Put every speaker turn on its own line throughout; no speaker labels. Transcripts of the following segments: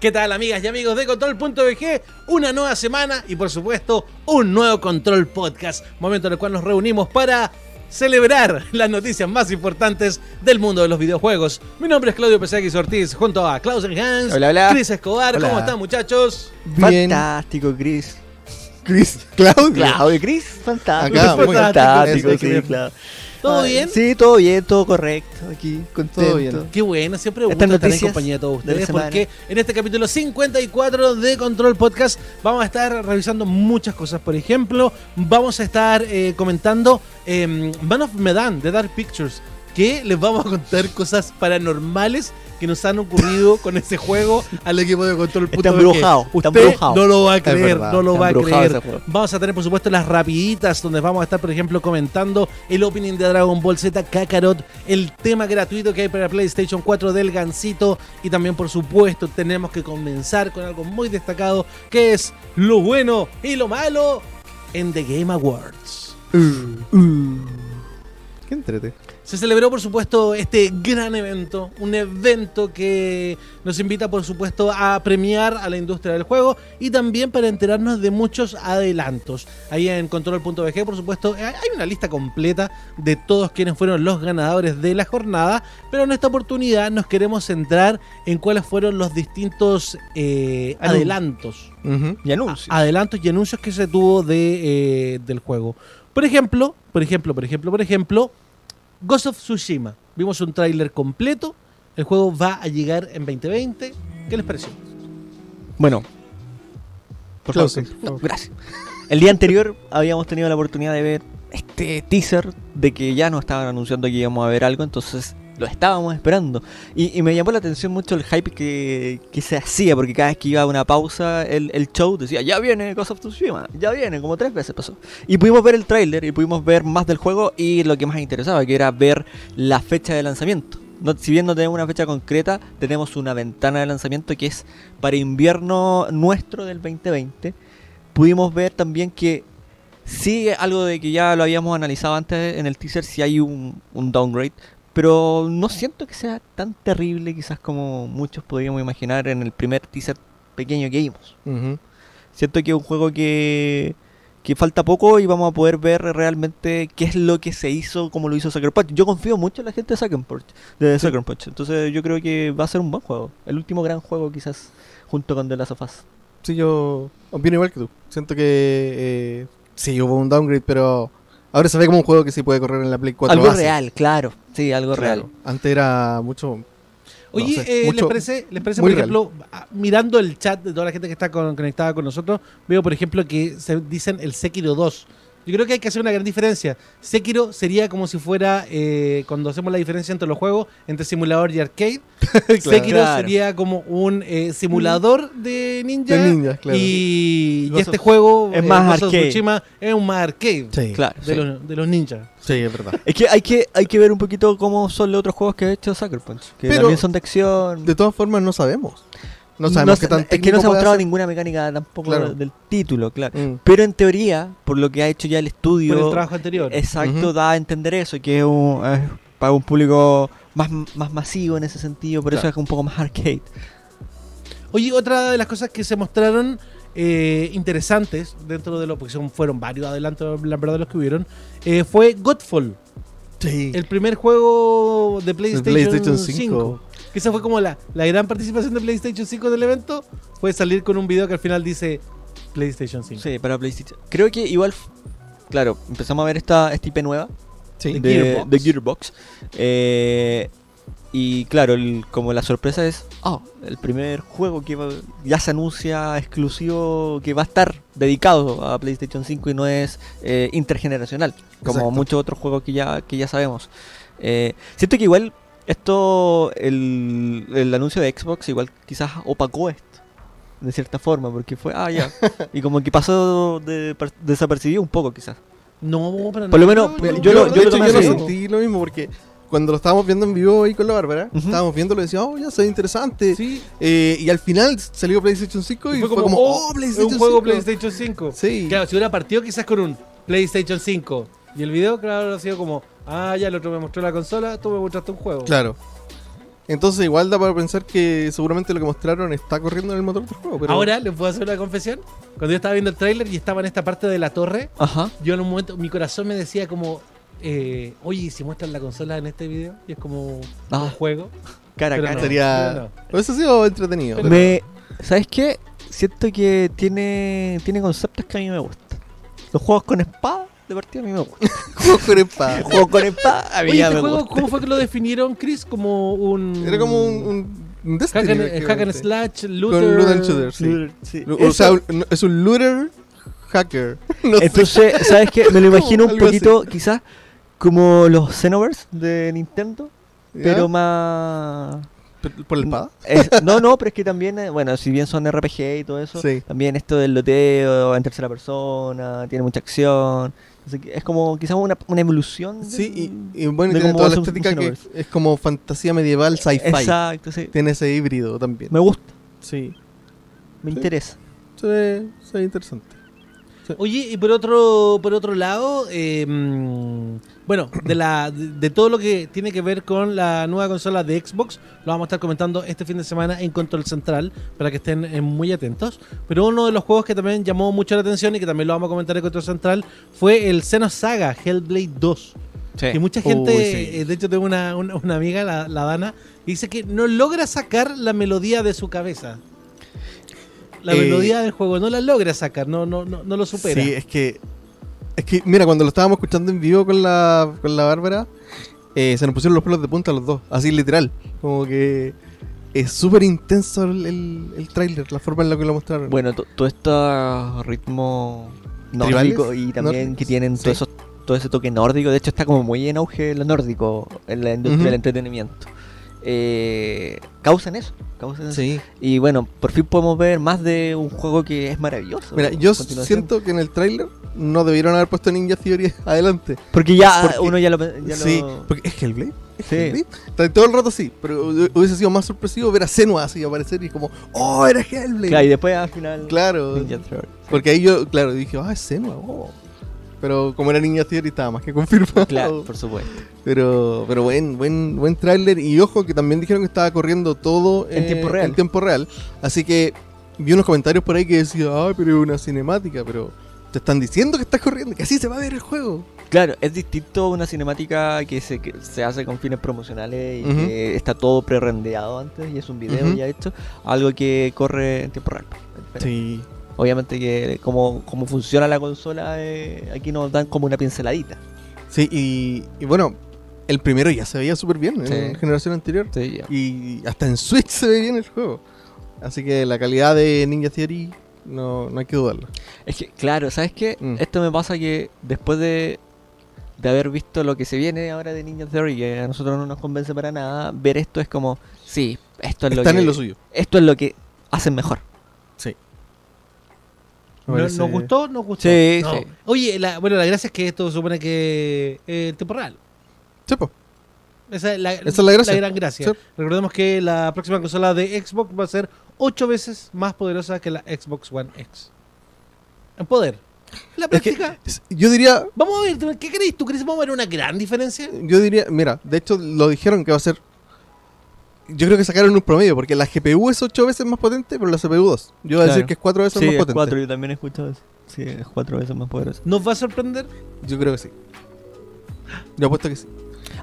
¿Qué tal amigas y amigos de Control.bg? Una nueva semana y por supuesto un nuevo Control Podcast, momento en el cual nos reunimos para celebrar las noticias más importantes del mundo de los videojuegos. Mi nombre es Claudio Pesakis Ortiz, junto a Klaus Hans,
Hola, hola.
Chris Escobar.
Hola.
¿Cómo están muchachos?
Bien.
Fantástico, Chris.
Chris, Claudio.
Claudio, Chris. Fantástico.
Acá, muy
fantástico,
fantástico,
sí,
Chris.
claro.
¿Todo
Ay,
bien?
Ah, Sí, todo bien, todo correcto. Aquí, contento.
Todo bien.
Qué bueno, siempre me gusta
Estas
estar en
noticias
compañía de todos
de la
ustedes
semana.
porque en este capítulo 54 de Control Podcast vamos a estar revisando muchas cosas. Por ejemplo, vamos a estar eh, comentando eh, Man of Medan de Dark Pictures que les vamos a contar cosas paranormales que nos han ocurrido con ese juego al equipo de Control
Está
Punto BG.
embrujado, está
Usted
embrujado.
no lo va a
Es
creer,
verdad,
no lo
está
va a
embrujado
creer.
ese juego.
Vamos a tener, por supuesto, las rapiditas, donde vamos a estar, por ejemplo, comentando el opening de Dragon Ball Z Kakarot, el tema gratuito que hay para PlayStation 4 del Gancito. Y también, por supuesto, tenemos que comenzar con algo muy destacado, que es lo bueno y lo malo en The Game Awards.
Qué entrete.
Se celebró, por supuesto, este gran evento, un evento que nos invita, por supuesto, a premiar a la industria del juego y también para enterarnos de muchos adelantos. Ahí en control.bg, por supuesto, eh, hay una lista completa de todos quienes fueron los ganadores de la jornada, pero en esta oportunidad nos queremos centrar en cuáles fueron los distintos eh,
Anun-
adelantos
Y
Ah,
anuncios.
adelantos y anuncios que se tuvo de, eh, del juego. Por ejemplo, por ejemplo, por ejemplo, por ejemplo, Ghost of Tsushima. Vimos un tráiler completo. El juego va a llegar en 2020. ¿Qué les pareció?
Bueno. Por
Claudio,
favor,
ah. por
no,
favor.
gracias. El día anterior habíamos tenido la oportunidad de ver este teaser de que ya nos estaban anunciando que íbamos a ver algo, entonces lo estábamos esperando. Y, y me llamó la atención mucho el hype que, que se hacía, porque cada vez que iba a una pausa el, el show decía, ya viene Ghost of Tsushima, ya viene, como tres veces pasó. Y pudimos ver el tráiler y pudimos ver más del juego y lo que más interesaba, que era ver la fecha de lanzamiento. No- si bien no tenemos una fecha concreta, tenemos una ventana de lanzamiento que es para invierno nuestro del 2020. Pudimos ver también que sí, algo de que ya lo habíamos analizado antes en el teaser, si hay un, un downgrade. Pero no siento que sea tan terrible quizás como muchos podríamos imaginar en el primer teaser pequeño que vimos. Siento que es un juego que, que falta poco y vamos a poder ver realmente qué es lo que se hizo, cómo lo hizo Sucker Punch. Yo confío mucho en la gente de Sucker Punch. De Sucker Punch. Entonces yo creo que va a ser un buen juego. El último gran juego quizás junto con The Last of Us.
Sí, yo opino igual que tú. Siento que eh, sí hubo un downgrade, pero ahora se ve como un juego que sí puede correr en la Play 4.
algo
base.
real, claro. Sí, algo
Claro.
real.
Antes era mucho.
Oye,
No sé,
eh, ¿les
mucho-
parece, les parece por
muy real.
ejemplo, a- mirando el chat de toda la gente que está con- conectada con nosotros, veo, por ejemplo, que se dicen el Sekiro 2. Yo creo que hay que hacer una gran diferencia. Sekiro sería como si fuera, eh, cuando hacemos la diferencia entre los juegos, entre simulador y arcade, Sekiro
Claro.
sería como un eh, simulador de ninja.
De ninja, claro.
Y, y
Ghost
este
of-
juego,
es más
Ghost of
arcade.
Tsushima, es un más arcade
Sí,
Claro.
de,
sí.
los, de los ninjas.
Sí, es verdad.
Es que hay, que hay que ver un poquito cómo son los otros juegos que ha hecho Sucker Punch. Que
Pero-
también son de acción.
De todas formas, no sabemos. No sabemos
se-
qué tan
Es que no
técnico
se ha
puede
mostrado
hacer.
ninguna mecánica tampoco
Claro.
del título, claro.
Mm.
Pero en teoría, por lo que ha hecho ya el estudio,
Por el trabajo anterior.
exacto,
Ujú.
da a entender eso, que es, un- es para un público más, más masivo en ese sentido, por eso
Claro.
es un poco más arcade.
Oye, otra de las cosas que se mostraron eh, interesantes dentro de lo, porque son- fueron varios adelantos, la verdad, los que hubieron, eh, fue Godfall,
Sí.
el primer juego de PlayStation,
PlayStation
5.
5.
Que esa fue como la, la gran participación de PlayStation 5 del evento, fue salir con un video que al final dice PlayStation 5.
Sí, para PlayStation. Creo que igual, f- claro, empezamos a ver esta, esta IP nueva
Sí.
de
Gearbox.
de Gearbox. Eh, y claro, el- como la sorpresa es, ah, el primer juego que va- ya se anuncia exclusivo, que va a estar dedicado a PlayStation 5 y no es eh, intergeneracional, como
Exacto.
muchos otros juegos que ya, que ya sabemos. Eh, siento que igual esto, el, el anuncio de Xbox igual quizás opacó esto. De cierta forma, porque fue, ah, ya. Y como que pasó de, per- desapercibido un poco, quizás.
No, para
Por lo
nada.
menos,
No, no,
yo
no,
lo- yo
de
lo
hecho,
tomé
yo lo
así.
sentí lo mismo porque cuando lo estábamos viendo en vivo ahí con la Bárbara,
Ujú.
estábamos viéndolo y decíamos, oh, ya se ve interesante.
Sí,
Eh, y al final salió PlayStation 5 y,
fue como, oh,
PlayStation
un juego
5".
PlayStation 5.
Sí.
Claro, si hubiera partido quizás con un PlayStation 5. Y el video, claro, ha sido como, ah, ya el otro me mostró la consola, tú me mostraste un juego.
Claro. Entonces igual da para pensar que seguramente lo que mostraron está corriendo en el motor del juego. Pero
Ahora les puedo hacer una confesión. Cuando yo estaba viendo el tráiler y estaba en esta parte de la torre,
Ajá.
yo en un momento, mi corazón me decía como, eh, oye, ¿y si muestran la consola en este video? Y es como un
Ah.
juego.
Cara a
Pero
cara.
no.
sería... Eso ha sido entretenido. pero-
Me, ¿Sabes qué? Siento que tiene, tiene conceptos que a mí me gustan. Los juegos con espada, de partida a mí me gustan.
Juegos con espada.
Los juegos con espada, a mí
Oye,
ya
este
me
juego,
gustan.
¿cómo fue que lo definieron, Chris? Como un...
Era como un... un- un
Hack
Destiny,
and, eh, hack and
prácticamente.
slash, looter...
Con loot and shooter, sí.
Sí.
O sea, un- es un looter hacker. No sé.
Entonces, ¿sabes qué? Me lo imagino un
Algo así.
poquito, quizás, como los Xenoverse de Nintendo,
¿Ya?
pero más...
¿Por- ¿Por la espada?
Es- no, no, pero es que también, eh, bueno, si bien son RPG y todo eso,
Sí.
también esto del loteo en tercera persona, tiene mucha acción. Así que es como quizás una, una evolución. del-
Sí, y, y bueno,
de
tiene
cómo
toda la
va
estética que
funcionando.
es como fantasía medieval sci-fi.
Exacto, sí.
Tiene ese híbrido también.
Me gusta,
Sí,
me
Sí.
interesa.
se ve, se ve interesante.
Oye, y por otro, por otro lado, eh, mm, bueno, de, la, de, de todo lo que tiene que ver con la nueva consola de Xbox, lo vamos a estar comentando este fin de semana en Control Central, para que estén eh, muy atentos. Pero uno de los juegos que también llamó mucho la atención y que también lo vamos a comentar en Control Central fue el Xenosaga Saga Hellblade 2. Que mucha gente,
Uy, sí.
eh, de hecho tengo una, una, una amiga, la, la Dana, que dice que no logra sacar la melodía de su cabeza. La
Eh,
melodía del juego no la logra sacar, no, no, no, no lo supera.
Sí, es que. Es que, mira, cuando lo estábamos escuchando en vivo con la, con la Bárbara, eh, se nos pusieron los pelos de punta a los dos, así literal. Como que es súper intenso el, el, el tráiler, la forma en la que lo mostraron.
Bueno, to- todo este ritmo
¿Tribales?
nórdico y también
Nórdicos,
que tienen
sí.
todo, eso, todo ese toque nórdico, de hecho está como muy en auge lo nórdico en la industria
Ujú.
del entretenimiento. Eh, causan eso, causan eso.
sí.
Y bueno, por fin podemos ver más de un juego que es maravilloso.
Mira,
a
yo
continuación.
siento que en el tráiler no debieron haber puesto Ninja Theory adelante.
Porque ya
porque-
uno ya lo... pe- ya
sí,
lo-
porque es Hellblade. ¿Es
Sí.
Hellblade? Está todo el rato sí, pero hu- hubiese sido más sorpresivo ver a Senua así aparecer y como, oh, era Hellblade.
Claro, y después al final...
Claro,
Ninja Theory.
porque ahí yo, claro, dije, ah, es Senua, oh. Pero como era Ninja Theory estaba más que confirmado.
Claro, por supuesto.
Pero, pero buen, buen, buen tráiler. Y ojo que también dijeron que estaba corriendo todo eh,
En tiempo real.
En tiempo real. Así que vi unos comentarios por ahí que decían, ah, pero es una cinemática, pero te están diciendo que estás corriendo, que así se va a ver el juego.
Claro, es distinto una cinemática que se, que se hace con fines promocionales y
Ujú.
que está todo pre-rendeado antes y es un video
Ujú.
ya hecho, algo que corre en tiempo real. Pero
Sí.
Obviamente que como, como funciona la consola, eh, aquí nos dan como una pinceladita.
Sí, y, y bueno, el primero ya se veía súper bien ¿eh? en
Sí.
generación anterior. Y hasta en Switch se ve bien el juego. Así que la calidad de Ninja Theory no, no hay que dudarlo.
Es que, claro, ¿sabes qué?
Mm.
Esto me pasa que después de, de haber visto lo que se viene ahora de Ninja Theory, que a nosotros no nos convence para nada, ver esto es como, sí, esto es lo
Están
que
en lo suyo.
esto es lo que hacen mejor.
Me
No-
parece-
¿Nos gustó? ¿Nos gustó?
Sí,
No.
sí.
Oye, la- bueno, la gracia es que esto supone que eh, tiempo real.
Sí, po.
Esa es la,
Esa es la gracia.
gran gracia.
Sí.
Recordemos que la próxima consola de Xbox va a ser ocho veces más poderosa que la Xbox One X. En poder. En la
Es que-
práctica.
Yo diría,
Vamos a ver, ¿qué crees tú? ¿Crees que vamos a ver una gran diferencia?
yo diría, mira, de hecho lo dijeron que va a ser. Yo creo que sacaron un promedio, porque la GPU es 8 veces más potente, pero la CPU 2. Yo iba a decir
Claro.
que es 4 veces
Sí,
más
es
potente.
cuatro, yo también he escuchado eso. Sí, es cuatro veces más poderoso.
¿Nos va a sorprender?
Yo creo que sí. Yo apuesto que sí.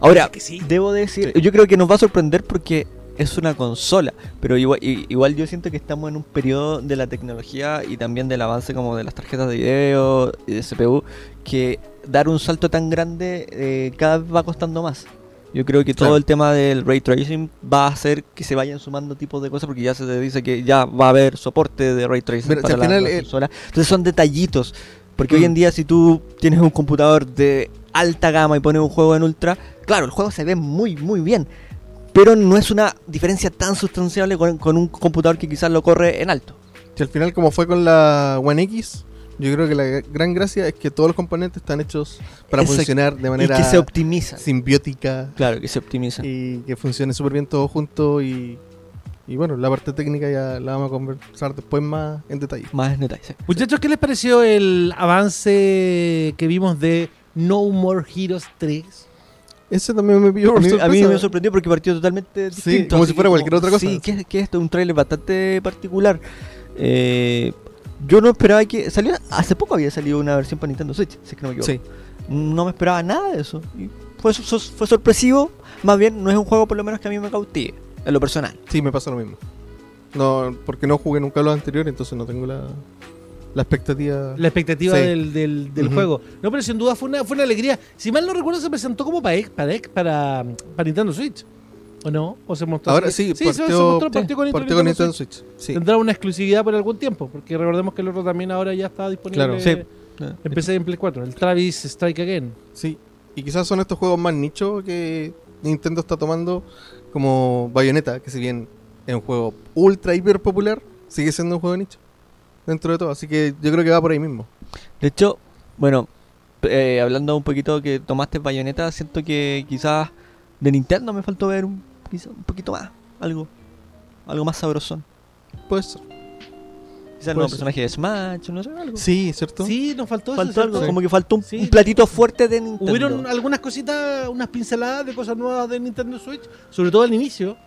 Ahora,
que sí.
debo decir, yo creo que nos va a sorprender porque es una consola, pero igual, i- igual yo siento que estamos en un periodo de la tecnología y también del avance como de las tarjetas de video y de CPU, que dar un salto tan grande eh, cada vez va costando más. Yo creo que todo
Claro.
el tema del ray tracing va a hacer que se vayan sumando tipos de cosas porque ya se te dice que ya va a haber soporte de ray tracing
Pero si
para
al
la-
final eh,
la
el-
consola. Entonces son detallitos. Porque hoy en
Mm.
día si tú tienes un computador de alta gama y pones un juego en ultra, claro, el juego se ve muy, muy bien. Pero no es una diferencia tan sustanciable con, con un computador que quizás lo corre en alto.
Si al final, como fue con la One X, yo creo que la gran gracia es que todos los componentes están hechos para
Exacto.
funcionar de
Y
manera
que se optimiza.
simbiótica
Claro, que se optimiza.
y que funcione súper bien todo junto. Y, y bueno, la parte técnica ya la vamos a conversar después más en detalle.
Más en detalle. sí.
Muchachos, ¿qué les pareció el avance que vimos de No More Heroes 3?
Ese también me pilló
A
por
mí, a mí
sorpresa.
me sorprendió porque partió totalmente
Sí,
distinto,
como
así
si fuera
que
cualquier otra cosa.
Sí, que es que es esto? un tráiler bastante particular. Eh, yo no esperaba que salió hace poco había salido una versión para Nintendo Switch, si es que no me equivoco.
Sí.
No me esperaba nada de eso. Y fue so- so- fue sorpresivo, más bien no es un juego por lo menos que a mí me cautive en lo personal.
Sí, me pasa lo mismo. No, porque no jugué nunca los anteriores, entonces no tengo la, la expectativa.
La expectativa
Sí.
del, del- del
Ujú.
juego. No, pero sin duda fue una, fue una alegría. Si mal no recuerdo, se presentó como para, X- para, X- para, para Nintendo Switch. ¿O no? ¿O se mostró?
Ahora
así?
sí,
sí, se-
partió,
se mostró,
sí,
partió con
partió con Nintendo
Nintendo Switch.
Switch. Sí.
Tendrá una exclusividad por algún tiempo, porque recordemos que el otro también ahora ya está disponible.
Claro.
Sí.
Eh.
Empecé en Play 4, el Travis Strike Again.
Sí, y quizás son estos juegos más nicho que Nintendo está tomando, como Bayonetta, que si bien es un juego ultra hiper popular, sigue siendo un juego de nicho dentro de todo, así que yo creo que va por ahí mismo.
De hecho, bueno, eh, hablando un poquito que tomaste Bayonetta, siento que quizás de Nintendo me faltó ver un, quizá un poquito más, algo, algo más sabrosón.
Pues
Quizás
Puede
un
ser.
personaje de Smash, no sé, algo.
sí, ¿cierto?
Sí, nos faltó eso,
faltó algo,
¿cierto?
como que faltó un,
Sí.
un platito fuerte de Nintendo.
Hubieron algunas cositas, unas pinceladas de cosas nuevas de Nintendo Switch, sobre todo al inicio,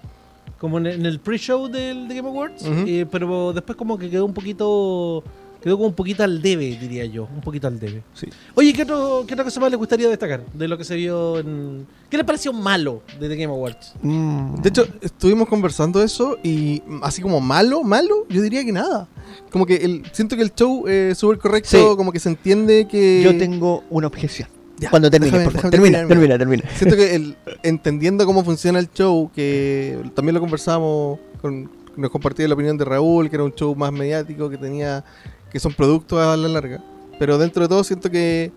como en el, en el pre-show del de Game Awards,
Ujú.
eh, pero después como que quedó un poquito, quedó como un poquito al debe, diría yo, un poquito al debe.
Sí.
Oye, ¿qué, otro- qué otra cosa más les gustaría destacar de lo que se vio en... ¿Qué les pareció malo de The Game Awards?
Mm.
De hecho, estuvimos conversando eso y mm, así como malo, malo, yo diría que nada. Como que el, siento que el show eh, es súper correcto,
Sí.
como que se entiende que...
yo tengo una objeción.
eh, Ya,
Cuando termine,
déjame-
por favor.
déjame
Termina,
terminar,
termina, termina.
Siento que el- entendiendo cómo funciona el show, que también lo conversamos, con, nos compartía la opinión de Raúl, que era un show más mediático, que tenía que son productos a la larga. Pero dentro de todo siento que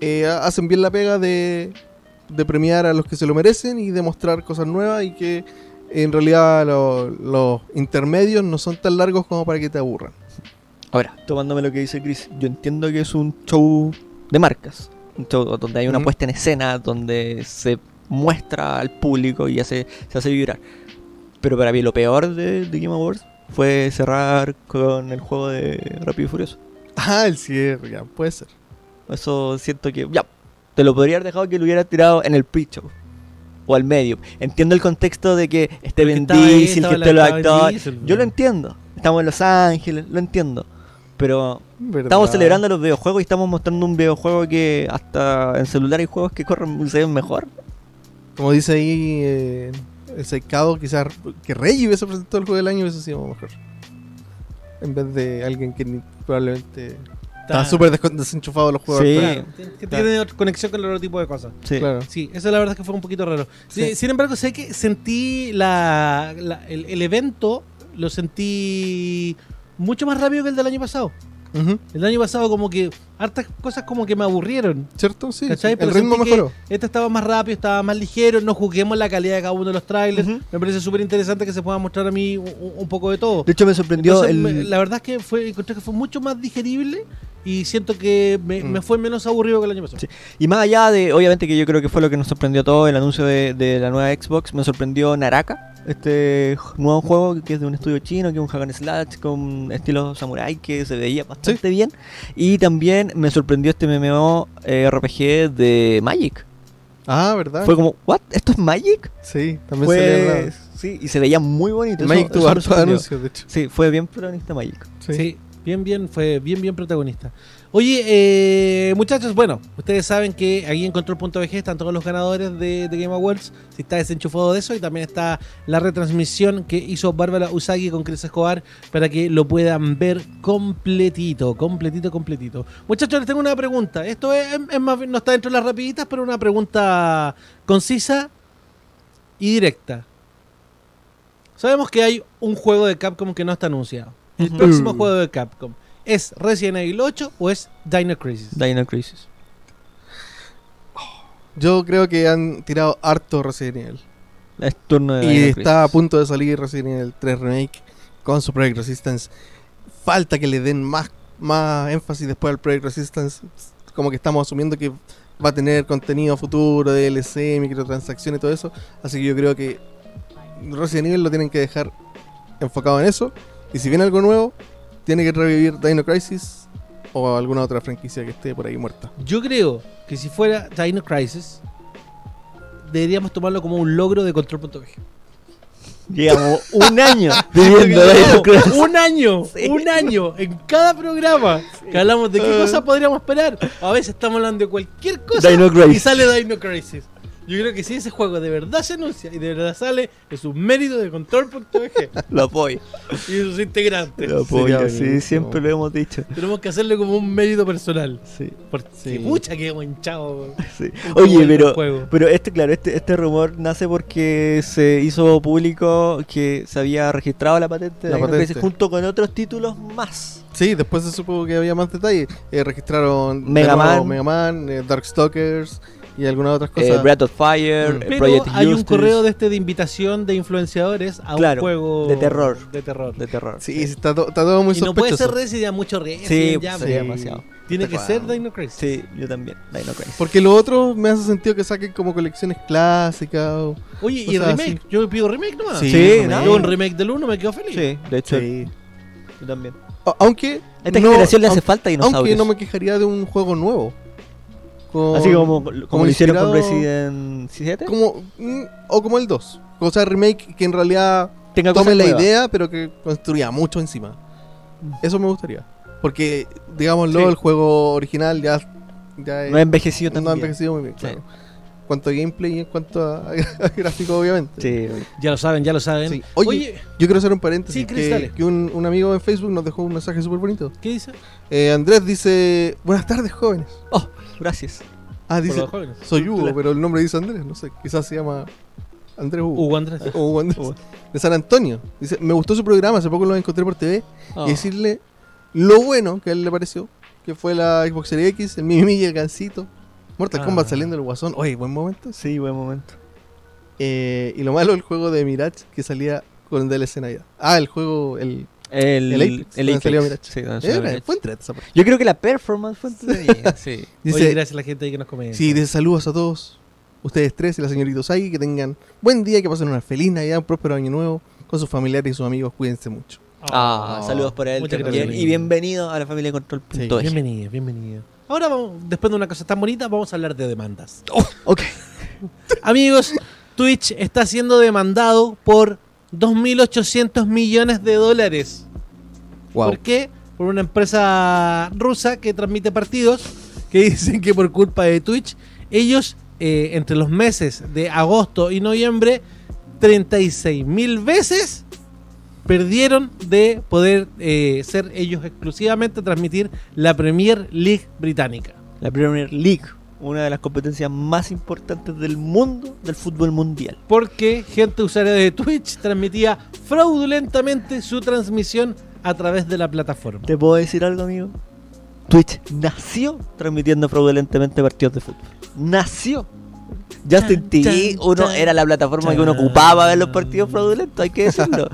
eh, ha- hacen bien la pega de, de premiar a los que se lo merecen y de mostrar cosas nuevas y que en realidad lo- los intermedios no son tan largos como para que te aburran.
Ahora, tomándome lo que dice Chris, yo entiendo que es un show de marcas. Un show donde hay una
Ujú.
puesta en escena, donde se muestra al público y hace, se hace vibrar. Pero para mí lo peor de, de Game Awards fue cerrar con el juego de Rápido y Furioso.
Ah, el cierre, ya, puede ser.
Eso siento que, ya, te lo podría haber dejado que lo hubieras tirado en el pre-show. O al medio. Entiendo el contexto de que esté
Porque
Vin
estaba ahí,
Diesel,
estaba
que
la-
esté los
estaba Vin
actores.
Diesel,
Yo lo
weón.
entiendo. Estamos en Los Ángeles, lo entiendo. Pero Estamos
¿Verdad?
celebrando los videojuegos y estamos mostrando un videojuego que hasta en celular hay juegos que corren se ven mejor.
Como dice ahí eh, el secado, quizás que Rey hubiese presentado el juego del año hubiese sido mejor. En vez de alguien que ni- probablemente está súper descon- desenchufado de los juegos.
Sí.
actuales.
Claro, que tiene conexión con el otro tipo de cosas.
Sí.
Claro.
Sí, eso la verdad es que fue un poquito raro. Sí,
Sí.
Sin embargo, sé que sentí la, la- el, el evento, lo sentí mucho más rápido que el del año pasado.
Ujú.
El del año pasado como que hartas cosas como que me aburrieron.
¿Cierto? Sí. sí.
¿Cachai?
El
Pero
ritmo
sentí que
mejoró.
Este estaba más rápido, estaba más ligero. No juzguemos la calidad de cada uno de los trailers.
Ujú.
Me parece súper interesante que se pueda mostrar a mí un, un poco de todo.
De hecho me sorprendió
Entonces, me-
el...
La verdad es que fue, encontré que fue mucho más digerible y siento que me,
Mm.
me fue menos aburrido que el año pasado.
Sí. Y más allá de, obviamente que yo creo que fue lo que nos sorprendió a todos, el anuncio de, de la nueva Xbox, me sorprendió Naraka, este j- nuevo juego que es de un estudio chino, que es un hack and slash con estilo samurai que se veía bastante bien. Y también me sorprendió este MMO eh, RPG de Magic.
Ah, ¿verdad?
Fue como, ¿what? ¿Esto es Magic?
Sí, también salió al
Fue,
lado.
sí, y se veía muy bonito.
Magic
eso-
tuvo
eso me
hartos
sorprendió.
anuncios, de hecho.
Sí, fue bien protagonista Magic.
Sí.
Sí, bien, bien, fue bien, bien protagonista. Oye, eh, muchachos, bueno, ustedes saben que aquí en Control.bg están todos los ganadores de, de Game Awards. Si está desenchufado de eso, y también está la retransmisión que hizo Bárbara Usagi con Chris Escobar para que lo puedan ver completito, completito, completito. Muchachos, les tengo una pregunta. Esto es, es más bien- no está dentro de las rapiditas, pero una pregunta concisa y directa. Sabemos que hay un juego de Capcom que no está anunciado. El
Ujú. Uh.
próximo juego de Capcom. ¿Es Resident Evil 8 o es Dino Crisis?
Dino Crisis.
Yo creo que han tirado harto Resident Evil.
Es turno de
Y
Dino
está a
Crisis.
punto de salir Resident Evil 3 Remake con su Project Resistance. Falta que le den más, más énfasis después al Project Resistance. Como que estamos asumiendo que va a tener contenido futuro, DLC, microtransacciones y todo eso. Así que yo creo que Resident Evil lo tienen que dejar enfocado en eso. Y si viene algo nuevo, tiene que revivir Dino Crisis o alguna otra franquicia que esté por ahí muerta.
Yo creo que si fuera Dino Crisis, deberíamos tomarlo como un logro de control.bg.
Llevamos un año
Porque
viviendo
llevamos
Dino Crisis.
un año, un año en cada programa que hablamos de
Ah.
qué cosas podríamos esperar. A veces estamos hablando de cualquier cosa
Dino
y
Crisis.
sale Dino Crisis. Yo creo que si ese juego de verdad se anuncia y de verdad sale, es un mérito de Control.bg
Lo apoyo.
y sus integrantes.
Lo
Sería
apoyo, sí,
buenísimo.
siempre lo hemos dicho.
Tenemos que hacerle como un mérito personal.
Sí,
Porque
Sí.
pucha que hemos hinchado.
sí.
Como
Oye,
el
pero,
juego.
pero este, claro, este, este rumor nace porque se hizo público que se había registrado la patente de
La
Dino
patente.
Crisis junto con otros títulos más.
Sí, después se supo que había más detalles. Eh, registraron de
Mega
nuevo
Man.
Mega Man, eh, Darkstalkers y algunas otras
Eh,
cosas.
Breath of Fire,
Mm.
eh,
Pero
Project
hay un
Justice,
correo de este de invitación de influenciadores a
Claro,
un juego
de terror.
De terror.
de terror.
sí, sí, está, to- está todo muy
y no puede
sospechoso.
ser Resident mucho Resident.
Sí,
ya,
sí,
pues.
demasiado.
Tiene
Está
que ser
claro.
Dino Crisis.
Sí, yo también. Dino Crisis.
porque lo otro me hace sentido que saquen como colecciones clásicas. o-
Oye, y
Cosas
remake. Yo pido remake nomás.
Sí,
sí,
no,
Yo un remake del 1 me quedo feliz.
Sí, de hecho,
Sí.
yo también.
A- Aunque.
A esta
no-
generación le hace
aunque-
falta
Aunque
dinosaurios.
no me quejaría de un juego nuevo. Con-
Así como, como,
como
lo hicieron con
inspirado-
Resident 7.
como- mm, o como el 2. O sea, remake que en realidad
Tenga
tome
cosas
la
nuevas.
idea, pero que construya mucho encima. Eso me gustaría. Porque, digámoslo,
Sí.
el juego original ya, ya es-
No ha envejecido
no
también.
ha envejecido muy bien.
Sí.
Claro. En cuanto a gameplay y en cuanto a, a gráfico, obviamente.
Sí, oye.
Ya lo saben, ya lo saben.
Sí.
Oye,
Oye, Yo quiero hacer un paréntesis.
Sí, Chris,
que
dale.
que un, un amigo en Facebook nos dejó un mensaje súper bonito.
¿qué dice?
Eh, Andrés dice, buenas tardes, jóvenes.
Oh, gracias.
Ah,
Por
dice,
los jóvenes.
soy Hugo, pero el nombre dice Andrés. No sé, quizás se llama Andrés Hugo.
Hugo Uh, Andrés.
O Hugo Andrés.
Hugo.
De San Antonio. Dice, me gustó su programa, hace poco lo encontré por TV.
Oh.
Ah.
y decirle lo bueno que a él le pareció, que fue la Xbox Series X, el Mimi y el Gancito, Mortal
Ah.
Kombat saliendo del guasón, oye, buen momento.
Sí, buen momento.
Eh, y lo malo, el juego de Mirage que salía con DLC Navidad. Ah, el juego, el...
El,
El Apex,
el
donde salió Mirage.
Sí, donde
Era-
salió Mirage.
fue entrete esa parte.
Yo creo que la performance fue entretenida. sí.
Dice,
Oye, gracias a la gente ahí que nos comenta.
sí, dice saludos a todos, ustedes tres y la señorita Usagi, que tengan buen día, que pasen una feliz Navidad, un próspero año nuevo, con sus familiares y sus amigos, cuídense mucho.
Ah,
Oh.
saludos por él
Muchas
también.
gracias.
Y bienvenido a la familia Control.
Sí,
Punto Eje.
ah, Bienvenido, bienvenido. Ahora, vamos, después de una cosa tan bonita, vamos a hablar de demandas.
Oh,
Ok.
Amigos, Twitch está siendo demandado por 2.800 millones de dólares.
Wow.
¿Por qué? Por una empresa rusa que transmite partidos que dicen que por culpa de Twitch, ellos eh, entre los meses de agosto y noviembre, 36 mil veces perdieron de poder eh, ser ellos exclusivamente transmitir la Premier League británica.
La Premier League, una de las competencias más importantes del mundo del fútbol mundial.
porque gente usuaria de Twitch transmitía fraudulentamente su transmisión a través de la plataforma.
¿Te puedo decir algo, amigo? Twitch nació transmitiendo fraudulentemente partidos de fútbol. Nació. Justin
Chan,
TV,
chan,
uno
chan.
era la plataforma que uno
Chan.
ocupaba ver los partidos fraudulentos, hay que decirlo.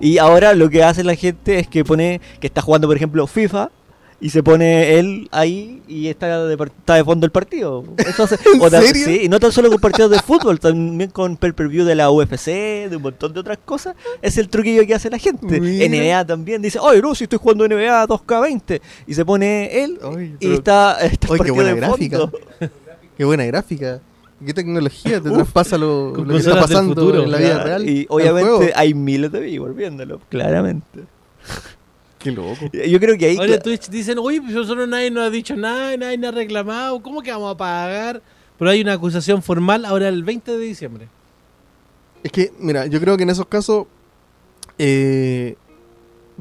y ahora lo que hace la gente es que pone que está jugando, por ejemplo, FIFA y se pone él ahí y está de, par- está de fondo el partido. Entonces,
¿En
o tan-
serio?
sí, y no tan solo con partidos de fútbol, también con pay-per-view de la UFC, de un montón de otras cosas. Es el truquillo que hace la gente.
Mira.
NBA Ah, también dice, oye, no, si estoy jugando NBA 2K20. Y se pone él
Ay,
y
pero-
está... está
Oye, qué
partido
buena
de
gráfica.
fondo.
Qué buena gráfica. Qué tecnología te traspasa lo,
con
lo que está
consolas del
pasando
futuro,
en la vida real.
Y
al juego.
obviamente hay miles de viewers viéndolo, claramente.
Qué loco.
Yo creo que ahí...
Ahora en Twitch dicen, uy, pero solo nadie nos ha dicho nada, nadie nos ha reclamado, ¿cómo que vamos a pagar? Pero hay una acusación formal ahora el 20 de diciembre.
Es que, mira, yo creo que en esos casos eh,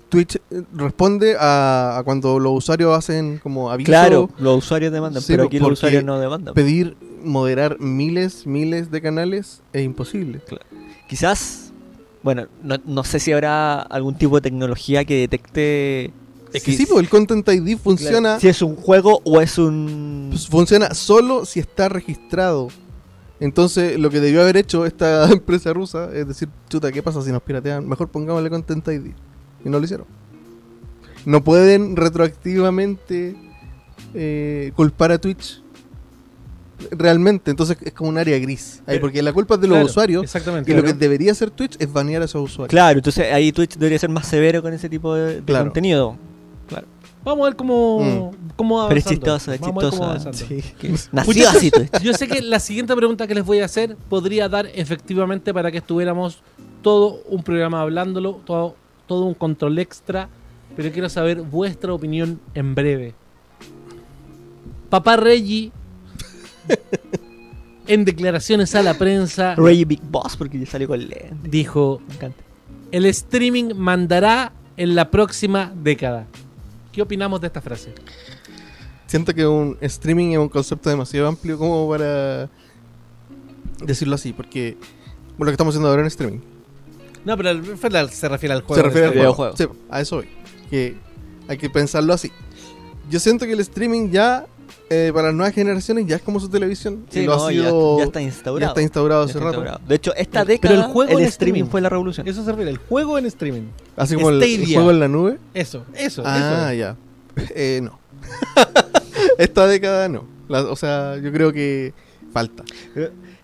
Twitch eh, responde a, a cuando los usuarios hacen como aviso,
Claro, los usuarios demandan,
Sí,
pero aquí los
porque-
usuarios no demandan.
pedir moderar miles, miles de canales es imposible.
Quizás, bueno, no, no sé si habrá algún tipo de tecnología que detecte...
Es que sí, porque el Content ID funciona,
Si es un juego o es un...
pues, funciona solo si está registrado. Entonces, lo que debió haber hecho esta empresa rusa es decir, chuta, ¿qué pasa si nos piratean? Mejor pongámosle Content ID. Y no lo hicieron. No pueden retroactivamente eh, culpar a Twitch. Realmente, entonces es como un área gris. Ahí,
Pero-
porque la culpa es de los
Claro,
usuarios.
Exactamente.
Y lo que
Claro.
debería hacer Twitch es banear a esos usuarios.
Claro, entonces ahí Twitch debería ser más severo con ese tipo de, de
Claro.
contenido.
Vamos a ver cómo,
Mm.
cómo
Pero es
avanzando.
chistoso,
Vamos
es
a ver cómo
chistoso.
avanzando.
Sí, que Nació
Muchachos,
así, tú.
Yo sé que la siguiente pregunta que les voy a hacer podría dar efectivamente para que estuviéramos todo un programa hablándolo, todo, todo un control extra, pero quiero saber vuestra opinión en breve. Papá Reggie, en declaraciones a la prensa,
Reggie Big Boss, porque yo salí con Len.
dijo,
Me encanta.
el streaming mandará en la próxima década. ¿Qué opinamos de esta frase?
Siento que un streaming es un concepto demasiado amplio como para decirlo así, porque bueno, lo que estamos haciendo ahora en streaming.
No, pero el- fue la- se refiere al juego.
se refiere al
de-
juego.
videojuego.
Sí, a eso voy. Que hay que pensarlo así. Yo siento que el streaming ya, eh, para las nuevas generaciones, ya es como su televisión.
Sí,
y lo
no,
ha
ya-
sido,
ya, está instaurado.
ya está instaurado hace rato.
De hecho, esta
Pero el
década el,
juego en
streaming
streaming.
fue la revolución.
Eso se refiere al juego en streaming.
Así como el, el
Stadia.
juego en la nube.
Eso, eso,
Ah, ya. Eh, no. Esta década no. La- o sea, yo creo que falta.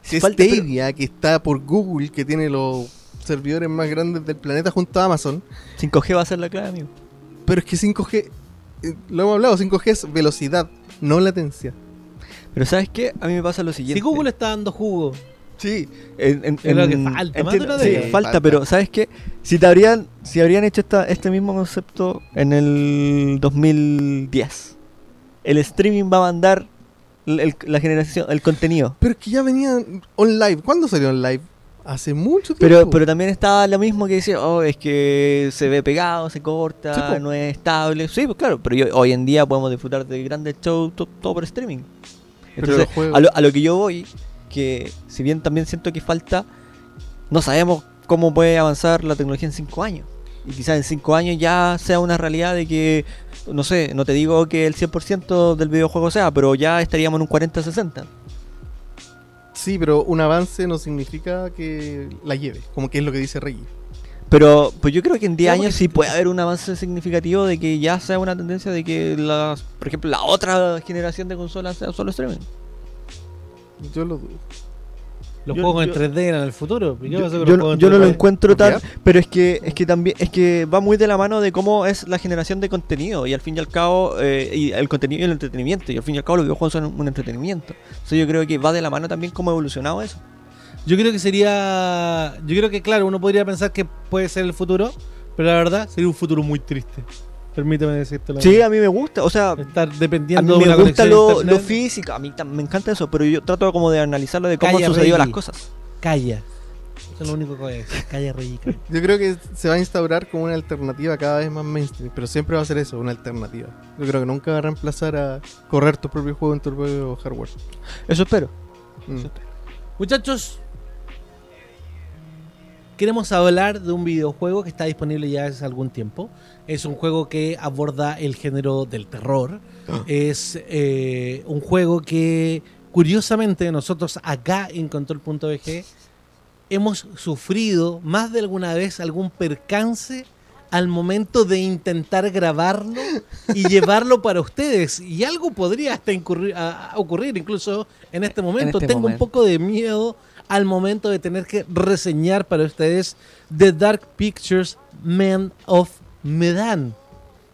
Si
Falta, pero-
Stadia, que está por Google, que tiene los servidores más grandes del planeta junto a Amazon,
5G va a ser la clave, amigo.
pero es que 5G, eh, lo hemos hablado, 5G es velocidad, no latencia.
Pero ¿sabes qué? A mí me pasa lo
eso.
siguiente.
Si Google está dando jugo.
Sí,
En- en-
Es lo que
en-
falta, más de
entiendo-
una
sí,
década.
falta,
Falta.
pero ¿sabes qué? Si te habrían, si habrían hecho esta, este mismo concepto en el 2010, el streaming va a mandar el- el- la generación, el contenido.
pero es que ya venían on live. ¿Cuándo salió on live? Hace mucho tiempo.
Pero, pero también estaba lo mismo que decir, oh, es que se ve pegado, se corta,
Sí, po.
no es estable. Sí, pues claro, pero yo- hoy en día podemos disfrutar de grandes shows, to- todo por streaming.
Pero
Entonces,
los juegos-
a, lo, a lo que yo voy, que si bien también siento que falta, no sabemos cómo puede avanzar la tecnología en 5 años. Y quizás en 5 años ya sea una realidad de que, no sé, no te digo que el 100% del videojuego sea, pero ya estaríamos en un 40-60.
Sí, pero un avance no significa que la lleve, como que es lo que dice Reggie.
Pero pues yo creo que en 10
No, porque-
años sí puede haber un avance significativo de que ya sea una tendencia de que, las, por ejemplo, la otra generación de consolas sea solo streaming.
Yo lo dudo.
Los
Yo-
juegos
yo-
en 3D eran el futuro. ¿Y qué
Yo,
pasó con
yo-
los juegos en
yo no lo
3D?
encuentro tan,
¿Ya?
pero es que es que también es que va muy de la mano de cómo es la generación de contenido y al fin y al cabo eh, y el contenido y el entretenimiento y al fin y al cabo los videojuegos son un entretenimiento. Entonces yo creo que va de la mano también cómo ha evolucionado eso.
Yo creo que sería. Yo creo que, claro, uno podría pensar que puede ser el futuro, pero la verdad sería un futuro muy triste. Permíteme decirte la
Sí, a mí me gusta, o sea,
Estar
a
dependiendo
mí
de
me
una
gusta
conexión a
lo, lo
internet.
físico, a mí tam- me encanta eso, pero yo trato como de analizarlo de cómo
Calla,
han sucedido
Reggie.
las cosas.
Calla. Eso es lo único que voy a decir. Calla, Reyica.
Yo creo que se va a instaurar como una alternativa cada vez más mainstream, pero siempre va a ser eso, una alternativa. Yo creo que nunca va a reemplazar a correr tu propio juego en tu propio hardware.
Eso espero.
Mm.
Muchachos, queremos hablar de un videojuego que está disponible ya hace algún tiempo. Es un juego que aborda el género del terror.
Ah.
Es eh, un juego que, curiosamente, nosotros acá en Control.bg hemos sufrido más de alguna vez algún percance al momento de intentar grabarlo y llevarlo para ustedes. Y algo podría hasta incurrir- a- a ocurrir incluso en este momento.
este
Tengo un
momento.
poco de miedo al momento de tener que reseñar para ustedes The Dark Pictures Men of Medan.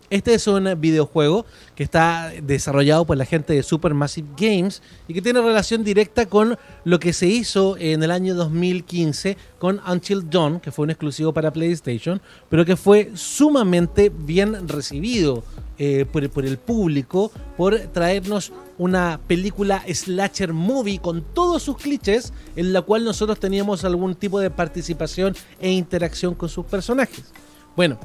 Este es un videojuego que está desarrollado por la gente de Supermassive Games y que tiene relación directa con lo que se hizo en el año 2015 con Until Dawn, que fue un exclusivo para PlayStation, pero que fue sumamente bien recibido eh, por, por el público por traernos una película slasher movie con todos sus clichés en la cual nosotros teníamos algún tipo de participación e interacción con sus personajes. Bueno,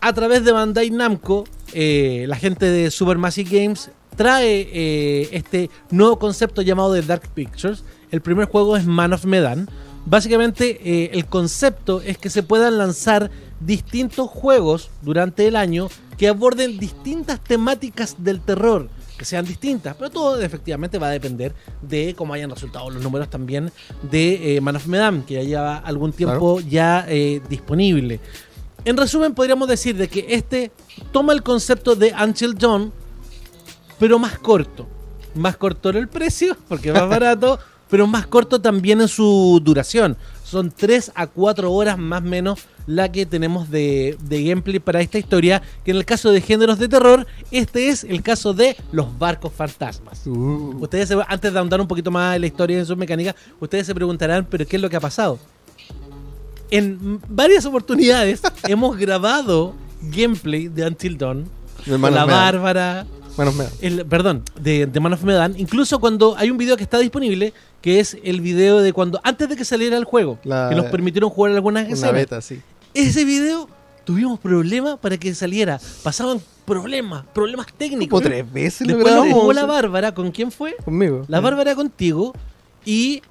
a través de Bandai Namco, eh, la gente de Supermassive Games trae eh, este nuevo concepto llamado The Dark Pictures. El primer juego es Man of Medan. Básicamente, eh, el concepto es que se puedan lanzar distintos juegos durante el año que aborden distintas temáticas del terror, que sean distintas, pero todo efectivamente va a depender de cómo hayan resultado los números también de eh, Man of Medan, que ya lleva algún tiempo ya eh, disponible. En resumen, podríamos decir de que este toma el concepto de Until Dawn, pero más corto. Más corto en el precio, porque es más barato, pero más corto también en su duración. Son 3 a 4 horas más o menos la que tenemos de, de gameplay para esta historia, que en el caso de géneros de terror, este es el caso de los barcos fantasmas.
Uh,
Ustedes, se- antes de ahondar un poquito más en la historia y en sus mecánicas, ustedes se preguntarán, pero ¿qué es lo que ha pasado? En varias oportunidades hemos grabado gameplay de Until Dawn,
de
con
manos
la
me dan,
Bárbara,
manos me dan.
el, perdón, de, de Man of Medan, incluso cuando hay un video que está disponible, que es el video de cuando, antes de que saliera el juego,
La-
que nos permitieron jugar algunas
Una
escenas,
beta, sí.
ese video tuvimos problemas para que saliera, pasaban problemas, problemas técnicos.
Como tres veces lo
Después lo jugó
grabamos.
la Bárbara, ¿con quién fue?
Conmigo.
Mm.
La Bárbara contigo y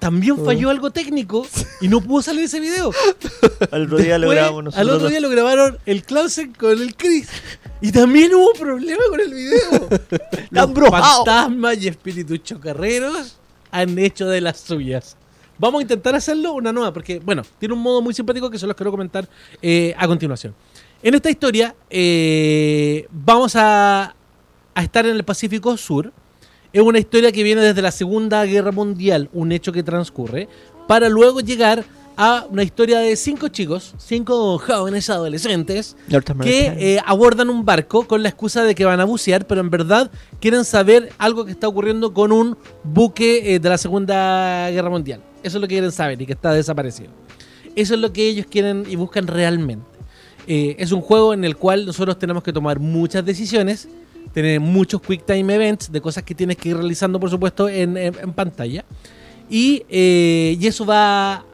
también falló algo técnico y no pudo salir ese video.
Al otro día lo
Después,
grabamos nosotros.
Al otro día lo grabaron el Clausen con el Chris. Y también hubo un problema con el video. Los
embrujado.
fantasmas y espíritus chocarreros han hecho de las suyas. Vamos a intentar hacerlo una nueva, porque, bueno, tiene un modo muy simpático que se los quiero comentar eh, a continuación. En esta historia, eh, vamos a, a estar en el Pacífico Sur. Es una historia que viene desde la Segunda Guerra Mundial, un hecho que transcurre, para luego llegar a una historia de cinco chicos, cinco jóvenes adolescentes, que eh, abordan un barco con la excusa de que van a bucear, pero en verdad quieren saber algo que está ocurriendo con un buque eh, de la Segunda Guerra Mundial. Eso es lo que quieren saber y que está desaparecido. Eso es lo que ellos quieren y buscan realmente. Eh, es un juego en el cual nosotros tenemos que tomar muchas decisiones, tener muchos quick time events de cosas que tienes que ir realizando, por supuesto, en, en- en pantalla. Y, eh, y eso va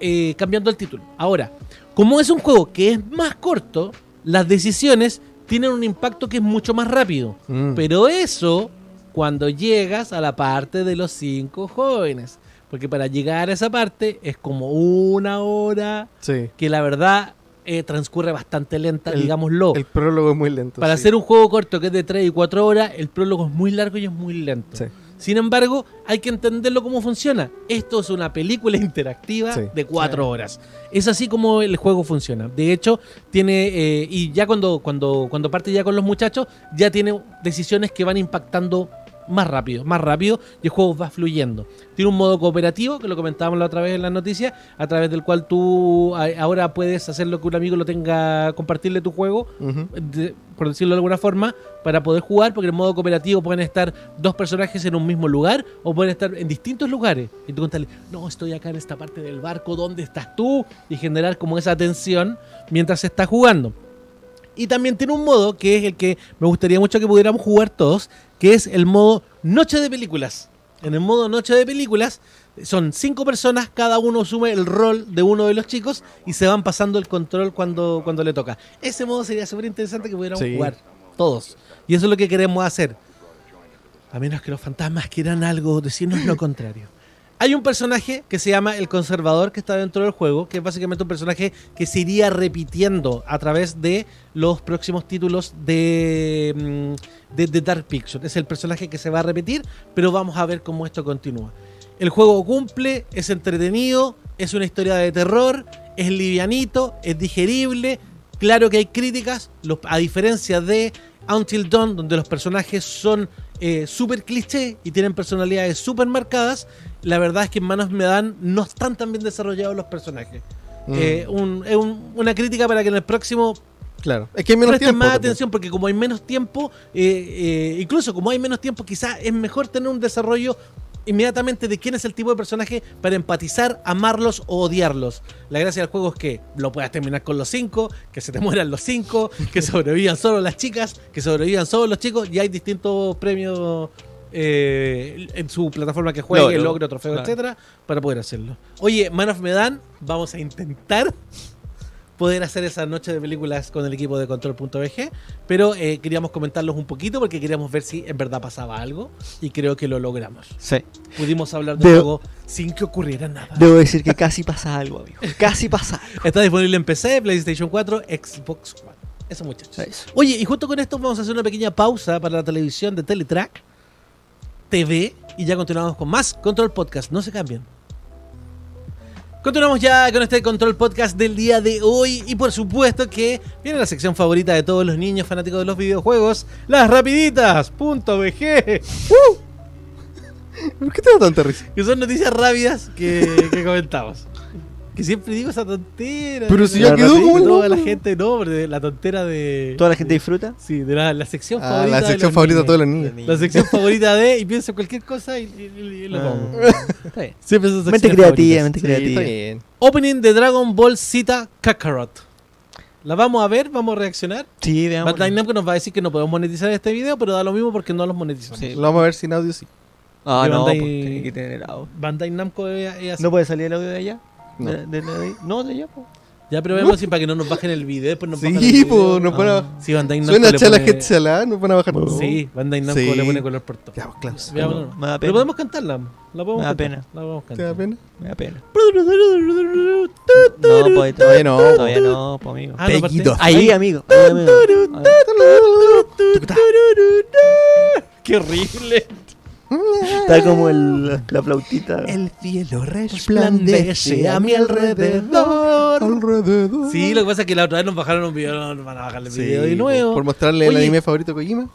eh, cambiando el título. Ahora, como es un juego que es más corto, las decisiones tienen un impacto que es mucho más rápido.
Mm.
Pero eso cuando llegas a la parte de los cinco jóvenes. Porque para llegar a esa parte es como una hora
Sí.
que la verdad eh, transcurre bastante lenta,
El-
digámoslo.
El prólogo es muy lento.
Para
sí.
hacer un juego corto que es de 3 y 4 horas, el prólogo es muy largo y es muy lento.
Sí.
Sin embargo, hay que entenderlo cómo funciona. Esto es una película interactiva
Sí.
de 4 horas. Es así como el juego funciona. De hecho, tiene. eh, y ya cuando, cuando, cuando parte ya con los muchachos, ya tiene decisiones que van impactando más rápido, más rápido, y el juego va fluyendo. Tiene un modo cooperativo, que lo comentábamos la otra vez en las noticias, a través del cual tú a- ahora puedes hacer lo que un amigo lo tenga, compartirle tu juego
Ujú.
de- por decirlo de alguna forma, para poder jugar, porque en modo cooperativo pueden estar dos personajes en un mismo lugar o pueden estar en distintos lugares. Y tú contarle, no, estoy acá en esta parte del barco, ¿dónde estás tú? Y generar como esa tensión mientras se está jugando. Y también tiene un modo que es el que me gustaría mucho que pudiéramos jugar todos, que es el modo Noche de Películas. En el modo Noche de Películas son cinco personas, cada uno asume el rol de uno de los chicos y se van pasando el control cuando, cuando le toca. Ese modo sería súper interesante que pudiéramos
Sí.
jugar todos. Y eso es lo que queremos hacer. A menos que los fantasmas quieran algo, decirnos lo contrario. Hay un personaje que se llama el conservador que está dentro del juego, que es básicamente un personaje que se iría repitiendo a través de los próximos títulos de, mm, de, de Dark Picture. Es el personaje que se va a repetir, pero vamos a ver cómo esto continúa. El juego cumple, es entretenido, es una historia de terror, es livianito, es digerible. Claro que hay críticas, los- a diferencia de Until Dawn, donde los personajes son eh, súper cliché y tienen personalidades súper marcadas. La verdad es que en Manos Me Dan no están tan bien desarrollados los personajes.
Mm.
Eh, un- es un- una crítica para que en el próximo
Claro. Es que hay menos
Presten
tiempo.
más
también.
atención porque como hay menos tiempo, eh, eh, incluso como hay menos tiempo, quizás es mejor tener un desarrollo inmediatamente de quién es el tipo de personaje para empatizar, amarlos o odiarlos. La gracia del juego es que lo puedas terminar con los cinco, que se te mueran los cinco, que sobrevivan solo las chicas, que sobrevivan solo los chicos y hay distintos premios eh, en su plataforma que juegue,
Logro.
logro, trofeo,
Claro.
etcétera, para poder hacerlo. Oye, Man of Medan, vamos a intentar poder hacer esa noche de películas con el equipo de control.bg, pero eh, queríamos comentarlos un poquito porque queríamos ver si en verdad pasaba algo y creo que lo logramos.
Sí.
Pudimos hablar de
Debo-
juego sin que ocurriera nada.
Debo decir que casi pasa algo, amigo. Casi pasa algo.
Está disponible en PC, PlayStation 4, Xbox One. Eso muchachos.
Eso.
Oye, y justo con esto vamos a hacer una pequeña pausa para la televisión de Teletrack TV y ya continuamos con más Control Podcast. No se cambien. Continuamos ya con este Control Podcast del día de hoy y por supuesto que viene la sección favorita de todos los niños fanáticos de los videojuegos, las rapiditas punto VG,
¿Por qué te da tanta risa?
que son noticias rápidas que, que comentamos. Que siempre digo esa tontera.
Pero si
Y
La
ya quedó
ratita,
como
Toda la
loco.
gente, no, pero de la tontera de.
Toda la gente disfruta.
Sí, de la, la sección
Ah,
favorita.
la
de
sección
los
favorita de
niños.
todos los niños.
La sección favorita de. Y pienso en cualquier cosa y, y- y- y lo pongo.
Está bien.
Siempre esas
Mente
secciones
creativa,
favoritas.
mente
Sí, está
creativa.
bien.
Opening de Dragon Ball Z Kakarot. ¿La vamos a ver? ¿Vamos a reaccionar?
Sí, veamos.
Bandai Namco nos va a decir que no podemos monetizar este video, pero da lo mismo porque no los monetizamos.
Sí.
Lo vamos a ver sin audio, sí.
Ah,
Yo
no,
mandé-
pues, tiene que tener el audio.
Bandai Namco es, es así.
¿No puede salir el audio de allá?
No.
¿De, de- de- no, de allá, pues.
Ya, pero vemos si para que no nos bajen el video, después nos bajan el
Sí,
video. Ah,
pues, nos van a...
Sí, Bandai Namco
Suena
le
chala
pone-
que chala, ¿ah? nos van a bajar. todo.
Sí, Bandai Namco
Sí.
le pone color por todo.
Ya, pues, Klaus.
Veámoslo
Me
nomás.
da pena.
Pero podemos cantarla. La podemos
Me da
cantar,
pena.
La podemos
¿Te da
cantar.
pena?
Me da pena. No, pues
Todavía no.
Todavía no, pues, amigo.
Ah, no,
Peguito.
aparte-
Ahí, amigo. Ahí, amigo.
¡Qué horrible!
Está como el, la flautita.
El cielo
resplandece a mi alrededor.
Alrededor.
Sí, lo que pasa es que la otra vez nos bajaron un video, no nos van a bajar el
Sí,
video de nuevo.
Por mostrarle el
Oye.
anime favorito de Kojima.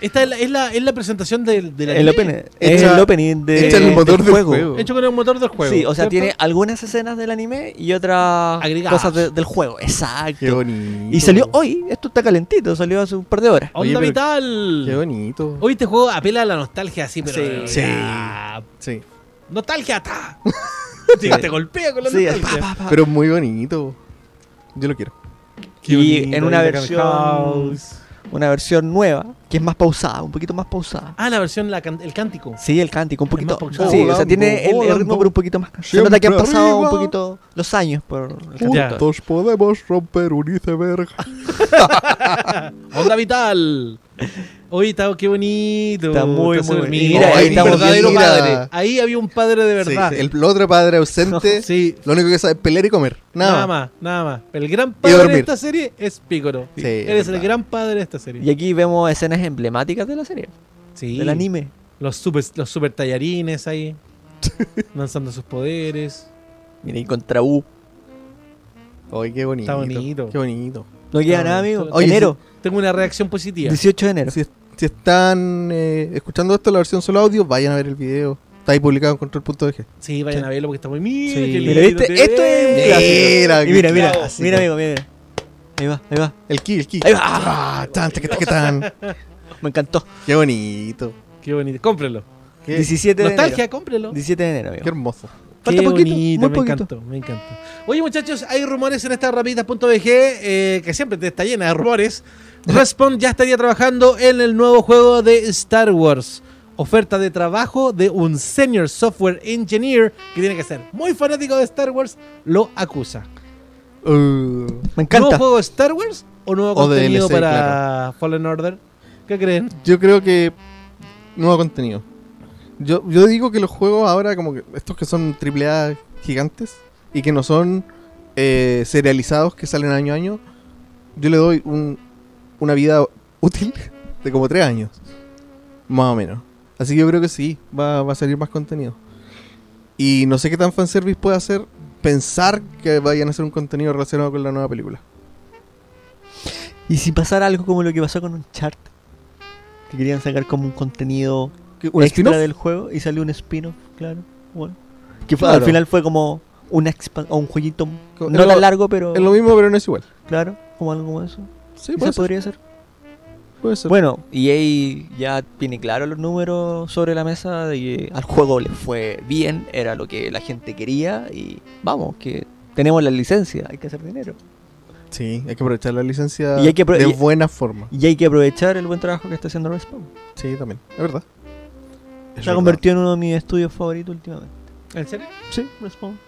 Esta es la, es la, es la presentación del, del
El
anime,
opening. Es
Echa-
el opening de,
echa el motor del
juego.
juego.
hecho con el motor del juego.
Sí, o sea,
¿cierto?
tiene algunas escenas del anime y otras
Agregadas.
cosas de- del juego. Exacto.
Qué bonito.
Y salió hoy, esto está calentito, salió hace un par de horas.
¡Onda
Oye, pero- Qué
vital!
bonito.
Hoy este juego apela a la nostalgia, sí, pero.
Sí.
ya.
Sí.
¡Nostalgia! ¡Ta! Sí, te golpea con la
Sí,
nostalgia.
pa, pa, pa.
Pero muy bonito. Yo lo quiero.
y en una versión, una versión nueva, que es más pausada, un poquito más pausada.
Ah, la versión, la can- el cántico.
Sí, el cántico, un poquito.
más pausado.
Sí, o sea,
Volando,
tiene el- el,
volando.
ritmo, pero un poquito más. Se nota que han
Siempre
pasado un
arriba.
poquito los años por el
Ya.
cántico.
Juntos podemos romper un iceberg.
¡Onda vital! Oye, está, qué bonito.
Está muy,
Está
muy
súper-
bonito.
Mira, ahí
Oh, ahí
un
estamos
verdadero
viendo-
padre. Ahí había un padre de verdad.
Sí, el otro padre ausente.
Sí,
Lo único que sabe es pelear y comer. Nada,
Nada
más.
más, nada más. El gran padre
dormir.
de esta serie es Piccolo.
Sí,
Eres
es
el
verdad.
gran padre de esta serie.
Y aquí vemos escenas emblemáticas de la serie,
Sí.
del anime.
Los super, los super tallarines ahí. lanzando sus poderes.
Mira, y contra U.
Ay, qué bonito.
Está bonito.
Qué bonito.
No queda
Ah,
nada, amigo.
esto- Oye,
enero,
Tengo una reacción positiva.
18 de enero.
Sí. Si están eh, escuchando esto, la versión solo audio, vayan a ver el video. Está ahí publicado en E control.dg.
Sí, vayan a verlo porque está muy mira,
Sí.
qué
Mira,
lindo
¿viste?
te
Esto es un
ves.
clásico.
Mira,
Y mira, mira,
clásico.
mira, amigo, mira. mira. Ahí va, ahí va.
El ki, el ki.
Ahí va.
Ah, tan, que tan.
Me encantó.
Qué bonito.
Qué bonito. Cómprelo.
Qué,
17 Este de
Nostalgia,
enero.
cómprelo.
17 de enero, amigo.
qué hermoso.
Falta
Qué
poquito,
bonito,
muy
me
poquito.
encantó, me encantó. Oye, muchachos, hay rumores en esta rapiditas.bg eh, que siempre te está llena de rumores. Respawn ya estaría trabajando en el nuevo juego de Star Wars. Oferta de trabajo de un senior software engineer que tiene que ser muy fanático de Star Wars, lo acusa.
Uh,
Me
¿Nuevo
encanta.
juego de Star Wars o nuevo
O
contenido
DLC,
para
claro.
Fallen Order? ¿Qué creen?
yo creo que nuevo contenido. Yo, yo digo que los juegos ahora, como que estos que son AAA gigantes y que no son eh, serializados, que salen año a año, yo le doy un- una vida útil de como tres años, más o menos. Así que yo creo que sí, va, va a salir más contenido. Y no sé qué tan fanservice puede hacer pensar que vayan a hacer un contenido relacionado con la nueva película.
Y si pasara algo como lo que pasó con un chart, que querían sacar como un contenido
¿Qué- ¿Un
extra
spin-off?
del juego y salió un spin-off, claro. Bueno, que fue-
Claro.
al final fue como una expan- o un jueguito
Co-
no
es
tan
lo-
largo, pero
Es lo mismo, pero no es igual.
claro, como algo como eso.
Sí,
Quizás
puede ser.
podría ser.
Puede ser.
Bueno, EA ya tiene claro los números sobre la mesa de que al juego le fue bien, era lo que la gente quería y vamos, que tenemos la licencia, hay que hacer dinero.
Sí, hay que aprovechar la licencia
Y hay que apro-
de
y-
buena forma.
Y hay que aprovechar el buen trabajo que está haciendo Respawn.
Sí, también. Es verdad.
Se
Es
ha
verdad.
convertido en uno de mis estudios favoritos últimamente.
¿En serio?
Sí, Respawn.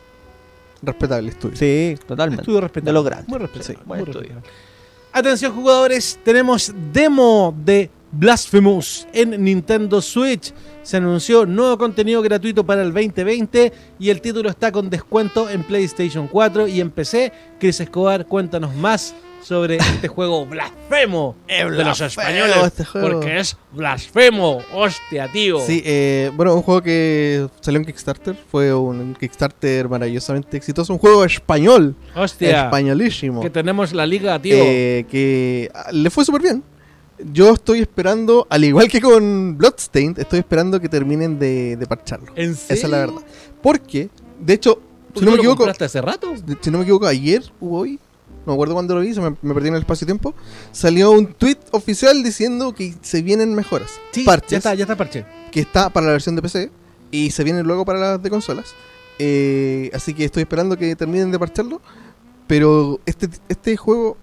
Respetable estudio.
Sí, totalmente.
Estudio
De
respetable.
lo grande.
Muy respetable.
Sí, buen
muy
estudio.
respetable. Atención jugadores, tenemos demo de Blasphemous en Nintendo Switch. Se anunció nuevo contenido gratuito para el 2020 y el título está con descuento en PlayStation 4 y en PC. Chris Escobar, cuéntanos más sobre este juego blasfemo de los españoles.
este juego.
Porque es blasfemo, hostia, tío.
Sí, eh, bueno, un juego que salió en Kickstarter. Fue un Kickstarter maravillosamente exitoso. Un juego español.
Hostia,
Españolísimo.
que tenemos la liga, tío.
Eh, que ah, le fue súper bien. Yo estoy esperando, al igual que con Bloodstained, estoy esperando que terminen de, de parcharlo.
¿En
Esa es la
serio?
verdad. Porque, de hecho,
¿Tú
Si
no
no me
lo
equivoco-
compraste hace rato?
si no me equivoco, ayer o hoy, no me acuerdo cuándo lo vi, se me, me perdí en el espacio-tiempo, salió un tweet oficial diciendo que se vienen mejoras,
Sí, ya
parches,
está, ya está parche.
que está para la versión de PC y se vienen luego para las de consolas. Eh, así que estoy esperando que terminen de parcharlo, pero este, este juego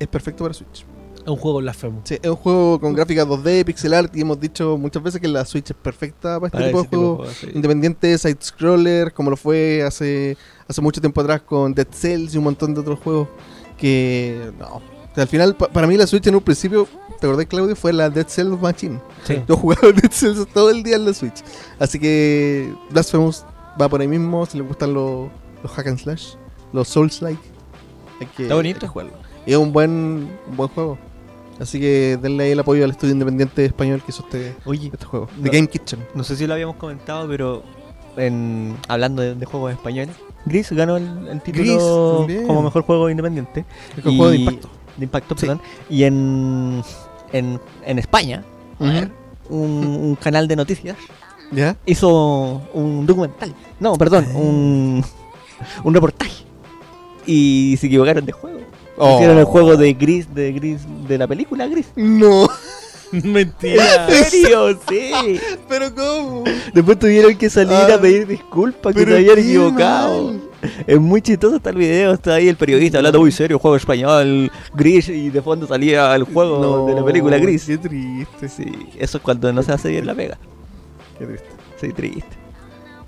es perfecto para Switch.
Es un juego blasfemo.
Sí, es un juego con gráficas 2D, pixel art, y hemos dicho muchas veces que la Switch es perfecta para este
Para
tipo de
ese tipo de
juegos
juegos, sí.
independientes, side-scroller, como lo fue hace, hace mucho tiempo atrás con Dead Cells y un montón de otros juegos que, no. O sea, al final, pa- para mí la Switch en un principio, ¿te acordás, Claudio? Fue la Dead Cells Machine.
Sí.
Yo jugaba Dead Cells todo el día en la Switch. Así que Blasphemous va por ahí mismo, si les gustan los, los hack and slash, los souls-like. hay que-
Está bonito.
hay que jugarlo. Y es un buen, un buen juego. Así que denle ahí el apoyo al estudio independiente español que hizo este,
Oye,
este juego.
No.
The Game Kitchen.
no sé si lo habíamos comentado, pero en, hablando de, de juegos españoles, Gris ganó el, el
Gris,
título
también.
como mejor juego independiente.
Es un juego de
Y-
impacto.
De impacto,
Sí.
perdón. Y en, en, en España, a ver, un, un canal de noticias
¿Ya?
hizo un documental. No, perdón, un, un reportaje. Y se equivocaron de juego. Hicieron el juego de Gris, de Gris, de la película Gris.
No,
Mentira.
¿En serio? Sí.
pero ¿cómo?
Después tuvieron que salir
Ah,
a pedir disculpas que
pero
se habían
qué
equivocado.
mal.
Es muy chistoso está el video, está ahí el periodista hablando muy serio, juego español, gris, y de fondo salía el juego
No,
de la película gris.
Qué triste, sí,
Sí, eso es cuando no se hace bien la pega.
qué triste.
Soy triste.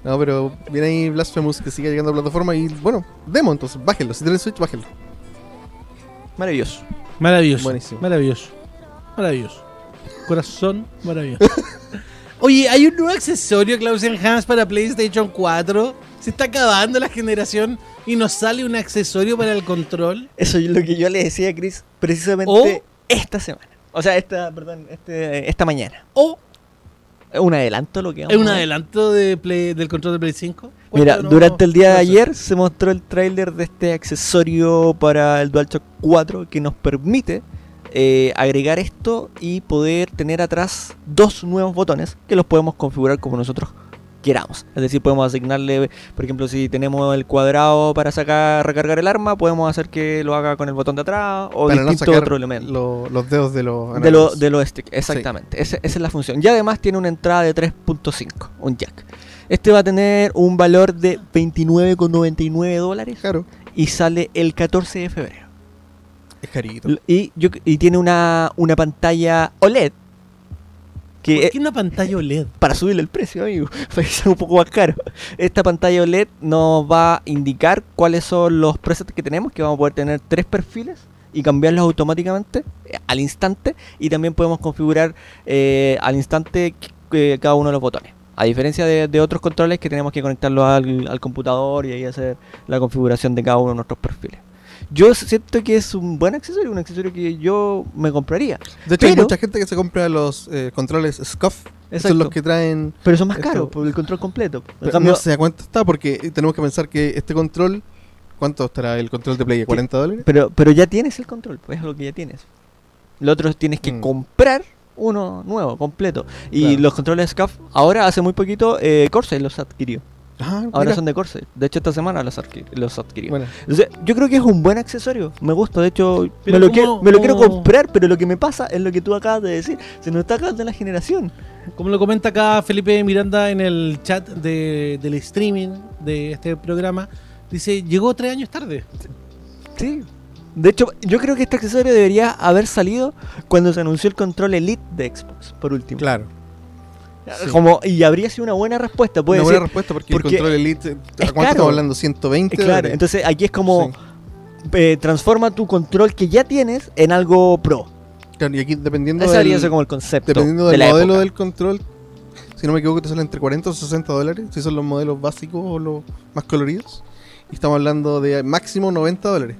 No, pero viene ahí Blasphemous que sigue llegando a la plataforma y bueno, demo entonces, bájenlo. Si tienen Switch, bájenlo.
Maravilloso.
Maravilloso.
Buenísimo.
Maravilloso. Maravilloso. Corazón maravilloso. Oye, hay un nuevo accesorio, Klaus Hans, para PlayStation 4. Se está acabando la generación y nos sale un accesorio para el control.
Eso es lo que yo le decía a Chris precisamente
O-
esta semana. O sea, esta, perdón, este, esta mañana.
O
Es Un adelanto lo que vamos
es un
a ver.
adelanto de Play- del control de Play 5.
Mira,
Cuéntanos,
durante el día de
Klaus.
ayer se mostró el tráiler de este accesorio para el DualShock 4 que nos permite eh, agregar esto y poder tener atrás dos nuevos botones que los podemos configurar como nosotros queramos. Es decir, podemos asignarle, por ejemplo, si tenemos el cuadrado para sacar, recargar el arma, podemos hacer que lo haga con el botón de atrás o
Para no
distinto
sacar
otro elemento.
lo- los dedos de los
De, lo,
análogos.
de los stick, exactamente. Ese- esa es la función. Y además tiene una entrada de 3.5, un jack. Este va a tener un valor de 29,99 dólares
Claro,
y sale el 14 de febrero.
es carito.
L- Y, yo, y tiene una, una pantalla OLED que
¿Por
es
qué una pantalla E OLED?
para subirle el precio, amigo, para que sea un poco más caro. Esta pantalla OLED nos va a indicar cuáles son los presets que tenemos, que vamos a poder tener tres perfiles y cambiarlos automáticamente eh, al instante y también podemos configurar eh, al instante eh, cada uno de los botones. A diferencia de, de otros controles que tenemos que conectarlos al, al computador y ahí hacer la configuración de cada uno de nuestros perfiles. Yo siento que es un buen accesorio, un accesorio que yo me compraría,
De hecho, hay
Pero-
mucha gente que se compra los eh, controles SCUF. Esos
Exacto.
son los que traen.
pero son más
Esto-
caros por el control completo. En
Pero
cambio-
no sé a cuánto está, porque eh, tenemos que pensar que este control. ¿Cuánto estará el control de Play? ¿40 dólares?
Pero, pero ya tienes el control, pues es lo que ya tienes. Lo otro es tienes que
Mm.
comprar uno nuevo, completo. Y
Claro.
los controles SCAF, ahora hace muy poquito eh, Corsair los adquirió.
Ah,
Ahora
mira.
son de Corsair. De hecho, esta semana los, adqui- los adquirió.
Bueno,
O sea, yo creo que es un buen accesorio. Me gusta, de hecho,
Pero
me lo,
¿cómo-
quiero, me lo quiero
cómo?
comprar, pero lo que me pasa es lo que tú acabas de decir. Se nos está acabando la generación.
Como lo comenta acá Felipe Miranda en el chat de- del streaming de este programa, dice, llegó tres años tarde.
Sí. De hecho, yo creo que este accesorio debería haber salido cuando se anunció el control Elite de Xbox, por último.
claro. Sí.
Como, y habría sido una buena respuesta. Puede
Una
ser,
buena respuesta, porque,
porque
el control Elite. ¿A
es
cuánto
caro.
estamos hablando?
Eh,
¿120?
Claro,
dólares?
entonces aquí es como eh, transforma tu control que ya tienes en algo pro.
Claro, y aquí dependiendo.
Ese habría
del-
sido como el concepto.
Dependiendo
de
del
la
modelo
época.
del control, si no me equivoco, te salen entre 40 o 60 dólares, si son los modelos básicos o los más coloridos. Y estamos hablando de máximo 90 dólares.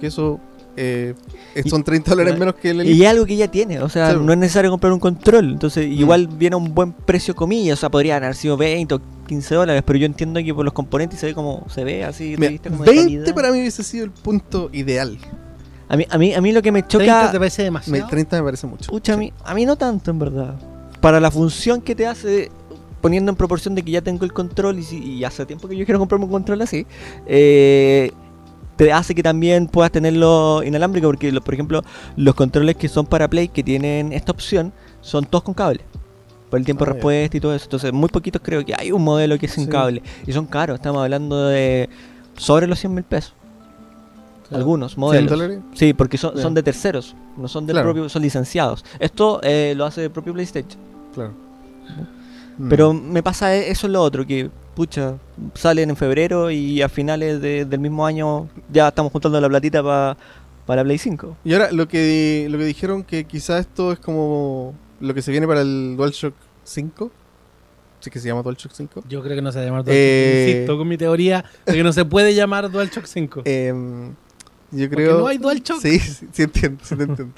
Que eso eh, es-
Y-
son 30 dólares menos que el
Y es algo que ya tiene, o sea,
Sí.
no es necesario comprar un control. Entonces,
Mm.
igual viene a un buen precio, comillas. O sea, podrían haber sido 20 o 15 dólares, pero yo entiendo que por los componentes se ve como se ve así.
Mira,
revista como de
20
calidad.
para mí hubiese sido el punto ideal.
A mí, a, mí, a mí lo que me
30
choca.
te parece
Me-
demasiado.
30 me parece mucho.
Pucha, a mí, a mí no tanto, en verdad. Para la función que te hace, poniendo en proporción de que ya tengo el control y, si, y hace tiempo que yo quiero comprarme un control así, eh, te hace que también puedas tenerlo inalámbrico, porque lo- por ejemplo los controles que son para Play, que tienen esta opción, son todos con cable. Por el tiempo
Ah,
de
ya.
respuesta y todo eso. Entonces, muy poquitos creo que hay un modelo que es sin
Sí.
cable. Y son caros, estamos hablando de sobre los 100 mil pesos. Algunos modelos.
dólares?
Sí, porque son,
Claro.
son de terceros, no son del
Claro.
propio, son licenciados. Esto eh, lo hace el propio PlayStation.
Claro.
Mm.
Mm.
Pero me pasa e- eso es lo otro, que pucha, salen en febrero y a finales de- del mismo año ya estamos juntando la platita para la Play 5.
Y ahora lo que, lo que dijeron que quizá esto es como lo que se viene para el DualShock 5. Sí que se llama DualShock 5.
Yo creo que no se va a llamar DualShock
Eh,
5. Insisto con mi teoría de que no se puede llamar DualShock 5.
Em,
porque
yo creo...
no hay DualShock.
Sí, sí, sí entiendo, sí te entiendo.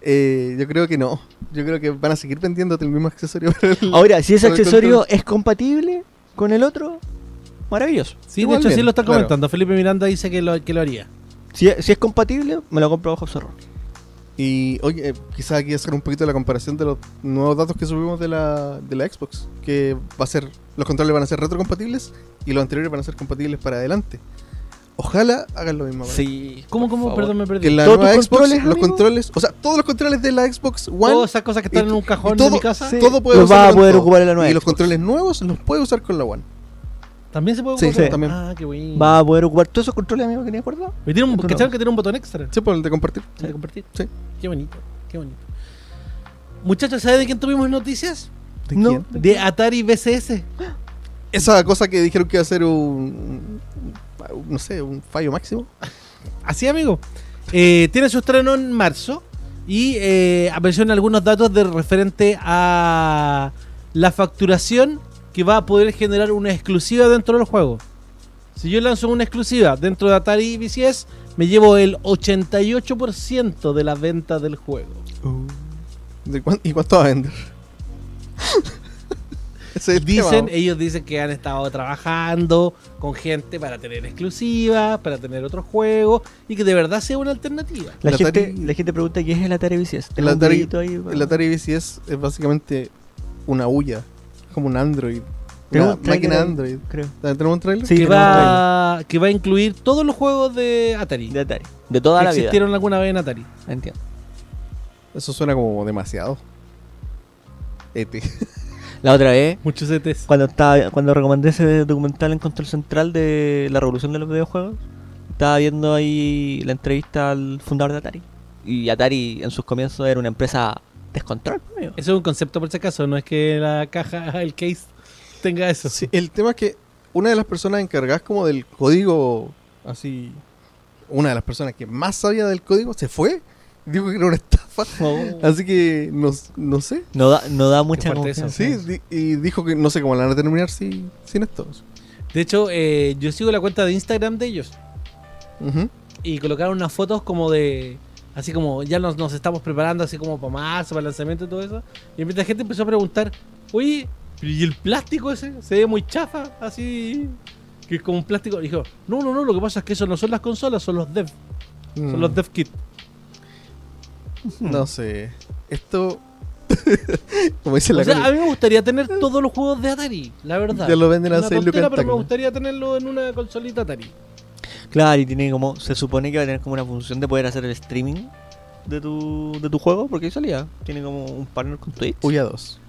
Eh, yo creo que no. Yo creo que van a seguir vendiéndote el mismo accesorio. para el-
Ahora, si ese
Mm. Con el
accesorio
control.
es compatible con el otro, maravilloso.
Sí,
Igual
de hecho
bien,
sí lo está
claro.
comentando. Felipe Miranda dice que lo, que lo haría.
Si, si es compatible, me lo compro bajo zorro.
Y oye, eh, quizá aquí hacer un poquito la comparación de los nuevos datos que subimos de la, de la Xbox. Que va a ser, los controles van a ser retrocompatibles y los anteriores van a ser compatibles para adelante. Ojalá hagan lo mismo. ahora.
Sí.
¿Cómo, cómo? Perdón, me
Que
perdí.
en la
¿Todos tus
nueva Xbox,
controles,
los
amigo? Oh,
controles, o sea, todos los controles de la Xbox One,
Todas esas cosas que están
y-
en un cajón
y todo-
de mi casa.
sí. todo puede
Lo vas
usarlo
a
en
poder
todo.
ocupar en la nueva.
y los
Xbox.
controles nuevos los puedes usar con la One.
También se puede
Sí,
ocupar?
sí, también.
Ah, qué
Mm.
bueno.
Vas a poder ocupar todos esos controles, amigo, que tenía guardado.
Y tiene un,
Pero-
¿Cacharon que tiene un botón extra?
Sí, pues, por el de compartir.
De compartir.
Sí.
Qué bonito, qué bonito. Muchachos, ¿saben de quién tuvimos noticias?
¿De
No.
quién?
De Atari VCS.
Esa cosa que dijeron que iba a ser un, un- no sé, un fallo máximo.
Así, amigo. Eh, tiene su estreno en marzo y eh, aparecieron algunos datos de referente a la facturación que va a poder generar una exclusiva dentro del juego. Si yo lanzo una exclusiva dentro de Atari VCS, me llevo el 88% de la venta del juego.
¿De cuán- ¿Y cuánto va a vender? Ese es el tema,
Dicen,
¿no?
ellos dicen que han estado trabajando con gente para tener exclusivas, para tener otros juegos y que de verdad sea una alternativa.
La,
El
gente,
Atari-
la gente pregunta qué es el Atari VCS.
El
Tengo un
Atari-
videito ahí,
El Atari VCS es básicamente una huya, como un Android.
Tengo
Una
un trailer
máquina
ahí,
Android.
Creo.
¿Tenemos un trailer?
Sí,
que,
tenemos un
va, que va a incluir todos los juegos de Atari
De Atari. De toda
que
la vida.
existieron alguna vez en Atari.
Entiendo.
Eso suena como demasiado. E Eti.
La otra vez,
Muchos ETs.
cuando estaba, cuando recomendé ese documental en Control Central de la revolución de los videojuegos, estaba viendo ahí la entrevista al fundador de Atari. Y Atari en sus comienzos era una empresa descontrol, amigo.
Eso es un concepto por si acaso, no es que la caja, el case tenga eso.
Sí, el tema es que una de las personas encargadas como del código, así, una de las personas que más sabía del código, se fue. Dijo que era una estafa. Así que no, no sé.
No da, no da mucha
fuerte eso.
confianza.
Sí, di- y dijo que no sé cómo la van a terminar si- sin esto.
De hecho, eh, yo sigo la cuenta de Instagram de ellos
Ujú.
y colocaron unas fotos como de... Así como ya nos, nos estamos preparando así como para marzo, para el lanzamiento y todo eso. Y mientras la gente empezó a preguntar, oye, ¿y el plástico ese? Se ve muy chafa, así... Que es como un plástico. Y dijo, no, no, no, lo que pasa es que eso no son las consolas, son los dev. Son
Mm,
los dev kit.
No sé. Esto. como dice la
O sea, a
Cari,
mí me gustaría tener todos los juegos de Atari, la verdad.
Ya lo venden a
Una
6 lucas.
tontera, pero
en
me
Tacna.
gustaría tenerlo en una consolita Atari.
Claro, y tiene como. Se supone que va a tener como una función de poder hacer el streaming de tu, de tu juego, porque ahí salía. Tiene como un partner con Twitch.
Uy, a 2.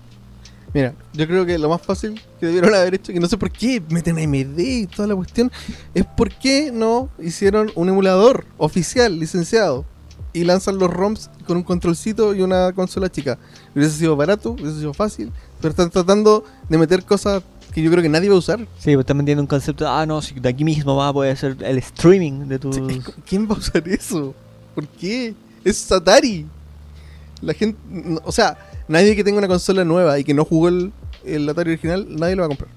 Mira, yo creo que lo más fácil que debieron haber hecho, que no sé por qué meten AMD y toda la cuestión, es por qué no hicieron un emulador oficial, licenciado, y lanzan los ROMs con un controlcito y una consola chica. Hubiese sido barato, hubiese sido fácil, pero están tratando de meter cosas que yo creo que nadie va a usar.
Sí, pues están vendiendo un concepto. Ah, no, si de aquí mismo vas a poder hacer el streaming de tu.
Sí, es co- ¿Quién va a usar eso? ¿Por qué? Es Atari. La gente, no- o sea, nadie que tenga una consola nueva y que no jugó el, el Atari original, nadie lo va a comprar.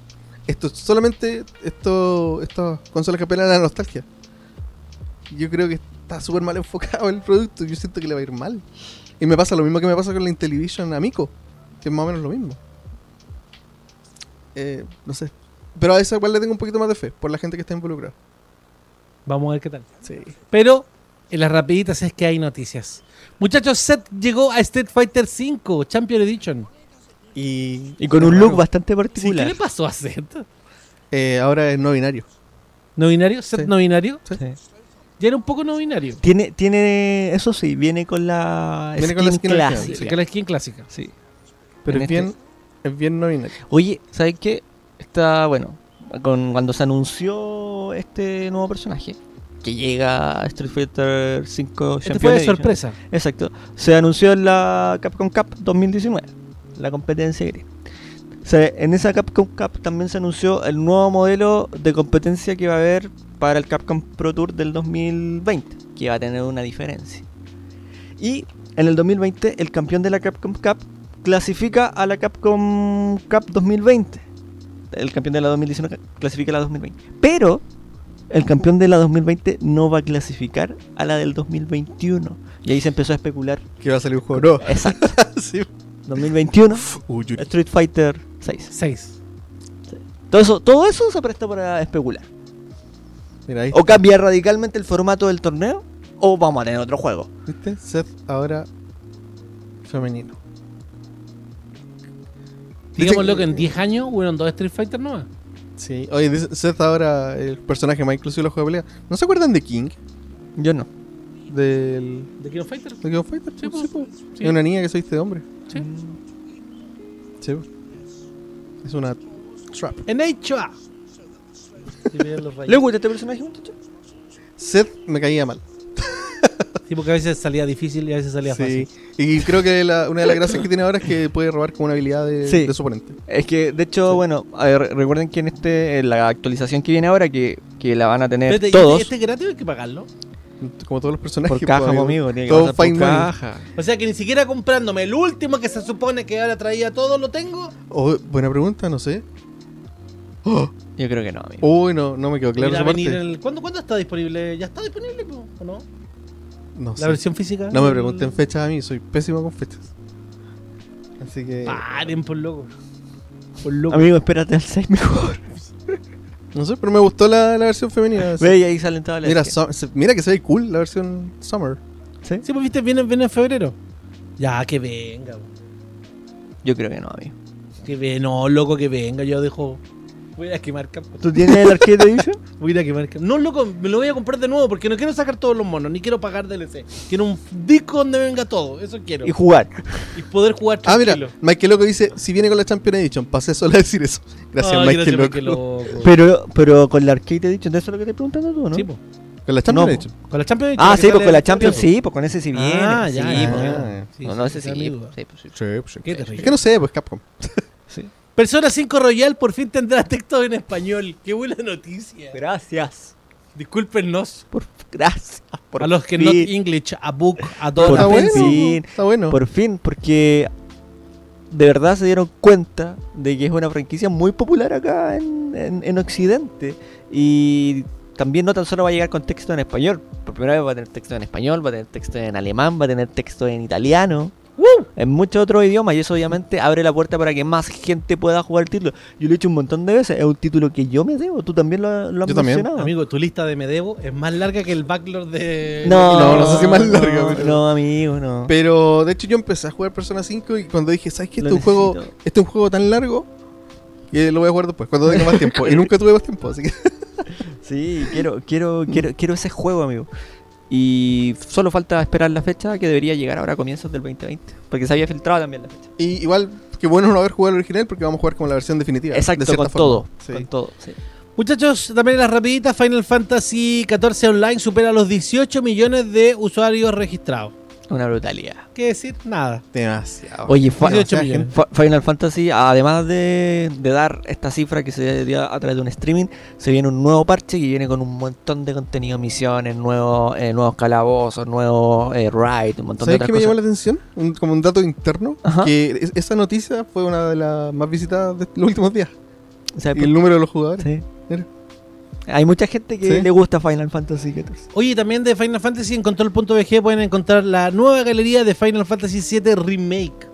Esto es solamente esto, estas consolas que apelan a la nostalgia. Yo creo que está súper mal enfocado el producto. Yo siento que le va a ir mal. Y me pasa lo mismo que me pasa con la Intellivision Amico, que es más o menos lo mismo. Eh, no sé. Pero a esa igual le tengo un poquito más de fe, por la gente que está involucrada.
Vamos a ver qué tal.
Sí.
Pero en las rapiditas es que hay noticias. Muchachos, Seth llegó a Street Fighter V Champion Edition.
Y,
Y con un look bastante
Sí, ¿Qué
particular.
le pasó a Zed?
Eh, ahora es no binario.
¿No binario? ¿Zed
Sí.
no binario?
Sí.
Ya era un poco no binario.
Tiene, tiene, eso sí, viene con la
Viene
skin
con la skin original,
clásica.
Sí, que la skin clásica.
Sí.
Pero
En
es
este-
bien, es bien no binario.
Oye, ¿sabes qué? Está, bueno, con, cuando se anunció este nuevo personaje que llega a Street Fighter 5
Este fue de
Edition.
sorpresa.
Exacto. Se anunció en la Capcom Cup 2019, la competencia gris. Se- en esa Capcom Cup también se anunció el nuevo modelo de competencia que va a haber para el Capcom Pro Tour del 2020, que va a tener una diferencia. Y en el 2020 el campeón de la Capcom Cup clasifica a la Capcom Cup 2020. El campeón de la 2019 clasifica a la 2020. Pero el campeón de la 2020 no va a clasificar a la del 2021. Y ahí se empezó a especular.
Que va a salir un juego nuevo.
Exacto.
Sí.
2021,
Uy, uy.
Street Fighter 6.
Seis.
Todo eso, todo eso se presta para especular.
Mira ahí.
O cambia radicalmente el formato del torneo, o vamos a tener otro juego.
¿Viste? Seth ahora femenino.
Digámoslo que en
Dice-
10 años hubieron dos Street Fighter nuevas.
Sí. Oye, dice Seth ahora el personaje más inclusivo de los juegos de pelea. ¿No se acuerdan de King?
Yo no.
Del
¿De Kino Fighter?
¿De King of Fighters?
Sí, pues, sí.
Es una niña que se viste de hombre.
Sí.
Sí. pues. Es una trap.
En HA.
¿Le gusta este personaje, muchacho?
Seth me caía mal.
Sí, porque a veces salía difícil y a veces salía
Sí. Eh,
fácil.
Y creo que la- una de las gracias que tiene ahora es que puede robar como una habilidad de,
Sí.
de su oponente.
Es que, de hecho, bueno, a ver, recuerden que en este, en la actualización que viene ahora, que, que la van a tener
Espérate, ¿y
todos,
Este, este gratis hay que pagarlo.
Como todos los personajes.
por caja,
pues,
po, amigo. Tiene que
Todo
pasar por
fine money.
caja.
O sea que ni siquiera comprándome el último que se supone que ahora traía todo lo tengo.
Oh, buena pregunta, no sé. Oh,
Yo creo que no, amigo.
uy, no, no me quedó claro
Mira,
esa
venir
parte.
el- ¿cuándo, ¿Cuándo está disponible? ¿Ya está disponible po, o no?
No,
¿La
sé.
versión física?
no me pregunten fechas a mí, soy pésimo con fechas. Así que.
Paren, por loco. Por loco.
Amigo, espérate al 6 mejor.
No sé, pero me gustó la, la versión femenina.
Ve y ahí salen todas las.
Mira,
skins.
Sum- se- mira que se ve cool la versión Summer.
Sí, pues viste, viene, viene en febrero. Ya, que venga. po.
Yo creo que no, amigo.
Que ve, no, loco, que venga. Yo dejo. Voy a ir a quemar campo.
¿Tú tienes el arcade edition?
Voy a ir a quemar campo. No, loco, me lo voy a comprar de nuevo porque no quiero sacar todos los monos, ni quiero pagar DLC. Quiero un disco donde venga todo. Eso quiero.
y
Y,
jugar.
poder jugar
Ah, mira,
tranquilo.
Michael Loco dice: Si viene con la Champion Edition, pasé solo a decir eso. Gracias,
Ay,
Michael
Ah, gracias,
Loco.
Michael Loco.
Pero, pero con la arcade edition, ¿de eso es lo que te preguntando tú, no?
Sí, po.
Con la Champion
No,
Edition.
Con la Champions
Ah,
la que
sí, pues
sale
con la
en
Champions
febrero.
sí, pues con ese sí viene.
Ah,
sí,
ya,
pues,
ya,
no.
ya. Sí,
no,
sí,
no,
sí,
ese sí.
amigo.
pues, sí, pues, sí.
Sí, pues, sí.
Qué
Es
terrible.
que no sé, pues Capcom.
Persona 5 Royal por fin tendrá texto en español. Qué buena noticia.
Gracias.
Discúlpenos.
Por, gracias. Por
a los que
fin.
no English, a book, a
Por
Está
todo.
bueno,
fin.
está bueno.
Por fin, porque de verdad se dieron cuenta de que es una franquicia muy popular acá en, en- en Occidente. Y también no tan solo va a llegar con texto en español. Por primera vez va a tener texto en español, va a tener texto en alemán, va a tener texto en italiano. En muchos otros idiomas, y eso obviamente abre la puerta para que más gente pueda jugar el título. Yo lo he hecho un montón de veces, es un título que yo me debo, tú también lo, lo has
Yo también.
mencionado.
Amigo, tu lista de Medebo es más larga que el backlog de.
No,
No, no sé si más largo,
No,
pero-
no, amigo, no.
Pero de hecho yo empecé a jugar Persona 5 y cuando dije, ¿sabes qué?
Lo
Este es un juego,
necesito.
este es un juego tan largo que lo voy a jugar después, cuando tenga más tiempo. Y nunca tuve más tiempo, así que.
Sí, quiero, quiero, quiero, quiero ese juego, amigo. Y solo falta esperar la fecha que debería llegar ahora a comienzos del 2020. Porque se había filtrado también la fecha.
Y igual, qué bueno no haber jugado el original porque vamos a jugar como la versión definitiva.
Exacto,
de cierta
con
forma.
todo,
Sí.
con todo. sí.
Muchachos, también en las rapiditas, Final Fantasy 14 Online supera los 18 millones de usuarios registrados.
Una brutalidad.
¿Qué decir? Nada.
Demasiado.
Oye, fa-
18
o sea,
millones.
Fa- Final Fantasy, además de, de dar esta cifra que se dio a través de un streaming, se viene un nuevo parche que viene con un montón de contenido, misiones, nuevos, eh, nuevos calabozos, nuevos eh, raids, un montón de
¿Sabes
otras
qué me llamó
cosas.
la atención? Un- como un dato interno,
Ajá.
que es- esa noticia fue una de las más visitadas de los últimos días.
¿Sabes
Y el
por-
número de los jugadores.
Eh, sí.
Mira.
Hay mucha gente que
Sí.
le gusta Final Fantasy XIV.
Oye, también de Final Fantasy en control.bg pueden encontrar la nueva galería de Final Fantasy VII Remake,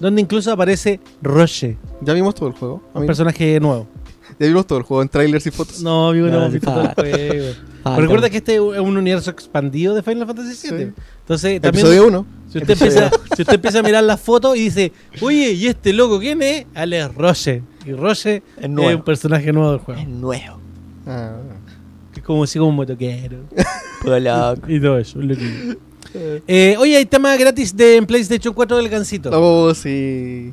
donde incluso aparece Roche,
Ya vimos todo el juego.
un
amigo.
personaje nuevo.
Ya vimos todo el juego en trailers y fotos.
No, amigo, no,
No,
hemos visto todo el
falta.
juego.
Ah,
Pero recuerda
claro.
que este es un universo expandido de Final Fantasy VII.
Sí.
Entonces, también.
Episodio 1.
Si usted, empieza, si usted empieza a mirar las fotos y dice, oye, ¿y este loco quién es? Alex Roche. Y Roche
Es
es,
nuevo.
un personaje nuevo del juego.
eh, Es nuevo.
Ah,
Que es como así como un motoquero.
Puta loco.
Y todo eso. un loquillo. Eh, oye, hay tema gratis de en PlayStation 4 del Gancito.
Oh, sí.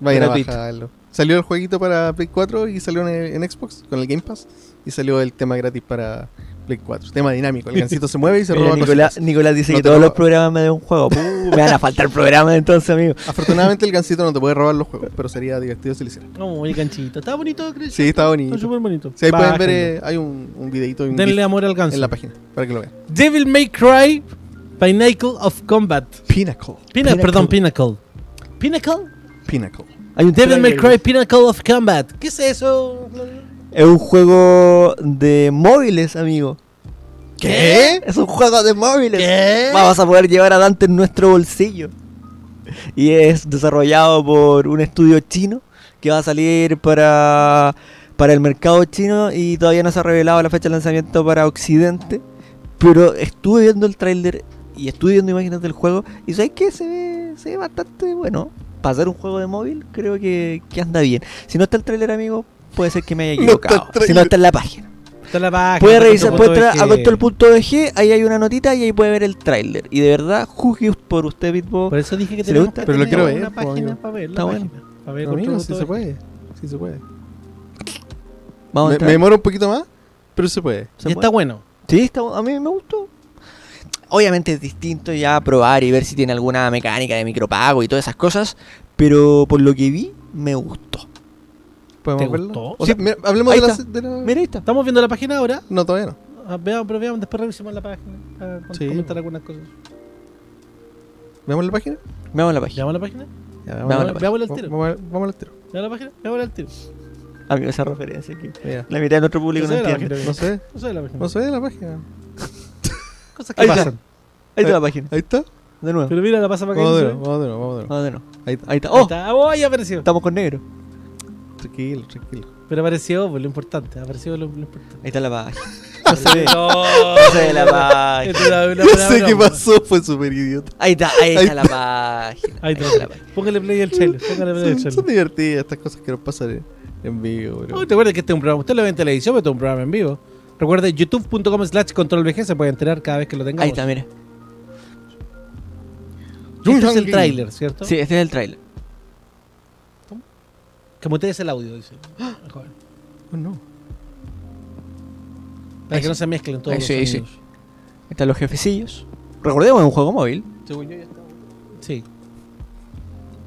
Vayan a
Gratuito.
bajarlo. Salió el jueguito para Play 4 y salió en, en Xbox con el Game Pass. Y salió el tema gratis para Play 4. Tema dinámico. El gancito se mueve y se
Mira,
roba
Nicolás,
cositas.
Nicolás dice
No
que
te
todos
roba.
los programas me den un juego. Puh, me van a faltar programas entonces, amigo.
Afortunadamente el gancito no te puede robar los juegos, pero sería divertido si lo hiciera.
No, el ganchito. Está bonito, Chris.
Sí, está bonito.
Está
Si
súper bonito.
ahí pueden ver,
Bájenlo.
eh, hay un, un videito y un
Denle
gif
amor al ganso.
en la página para que lo vean.
Devil May Cry, Pinnacle of Combat.
Pinnacle.
Pina-
Pinnacle.
Perdón, Pinnacle. Pinnacle?
Pinnacle.
Hay un
Devil May
trailer.
Cry, Pinnacle of Combat. ¿Qué es eso?
Es un juego de móviles, amigo.
¿Qué?
Es un juego de móviles.
¿Qué?
Vamos a poder llevar a Dante en nuestro bolsillo. Y es desarrollado por un estudio chino que va a salir para, para el mercado chino y todavía no se ha revelado la fecha de lanzamiento para Occidente. Pero estuve viendo el tráiler y estuve viendo imágenes del juego y sabes que se ve, se ve bastante bueno. Para hacer un juego de móvil creo que, que anda bien. Si no está el tráiler, amigo, puede ser que me haya
No está el
equivocado. si no
tráiler.
está en la página.
Está la página.
Puede revisar, puede entrar a
punto.
doctor.eg, ahí hay una notita y ahí puede ver el tráiler. Y de verdad, juzgue por usted mismo.
Por eso dije que
¿Se le
tenemos
gusta?
que
Pero lo
tener
quiero ver, pues,
una
po,
página
amigo.
para ver la
Está bueno.
página. Para ver
Amigo,
control
sí
todo
se
esto.
puede. Sí se puede.
Vamos a
Me, me
entrar.
demoro un poquito más, pero se puede.
¿Se
Y
puede?
está bueno.
Sí, está- a mí me gustó. Obviamente es distinto ya probar y ver si tiene alguna mecánica de micropago y todas esas cosas. Pero por lo que vi, me gustó.
¿Podemos
¿Te
verlo?
gustó?
O sea,
Sí.
mira, hablemos
Ahí
de la,
está.
de la-
Mira, ahí está.
Estamos viendo la página ahora.
No, todavía no.
Ah, Veamos, pero veamos, después revisemos la página. Para con-
Sí.
comentar algunas cosas.
¿Veamos la página?
Veamos la página.
¿Veamos la página?
Ya,
Veamos la
Veamos- Veámosla al
Vamos-
tiro.
Vamos, al- vamos al tiro.
¿Veamos la página? Veámosla al tiro.
Amigo, esa referencia que
Mira.
la mitad de nuestro público
Yo
no
sé la
entiende.
página.
No sé,
No sé la página.
no sé la página.
Cosas que
Ahí está.
pasan.
Ahí está la página.
Ahí está.
De nuevo.
Pero mira, la pasa para acá.
Vamos de
¿no?
nuevo, vamos de nuevo, vamos de nuevo.
Vamos de nuevo.
Ahí está.
Ahí está.
Ahí
¡Oh!
está. Ah, oh, ahí apareció.
Estamos con negro.
Tranquilo, tranquilo.
Pero apareció pues, lo importante. Apareció lo, lo importante.
Ahí está la página. No se ve.
No,
No se ve la página.
Esto era una
No
palabra
sé qué
broma. pues.
pasó, fue súper idiota.
Ahí está, ahí
Ahí
está la página.
Ahí
está la
está.
página.
Póngale play al trailer. Póngale play al
Son, son
trailer.
divertidas estas cosas que nos pasan en, en vivo, bro.
Uy, te acuerdas que este es un programa. Usted lo ve en televisión, pero este es un programa en vivo. Recuerde, youtube.com slash control VG se puede enterar cada vez que lo tengamos.
Ahí está, mira.
Este es el
Jung-Jung.
tráiler, ¿cierto?
Sí, este es el trailer.
Que mutees el audio, dice. Joder.
Oh, no.
Para
Ahí
que no
sí.
se mezclen todos
Ahí
los
sí,
sonidos.
Están los jefecillos. Recordemos, es un juego móvil.
Sí.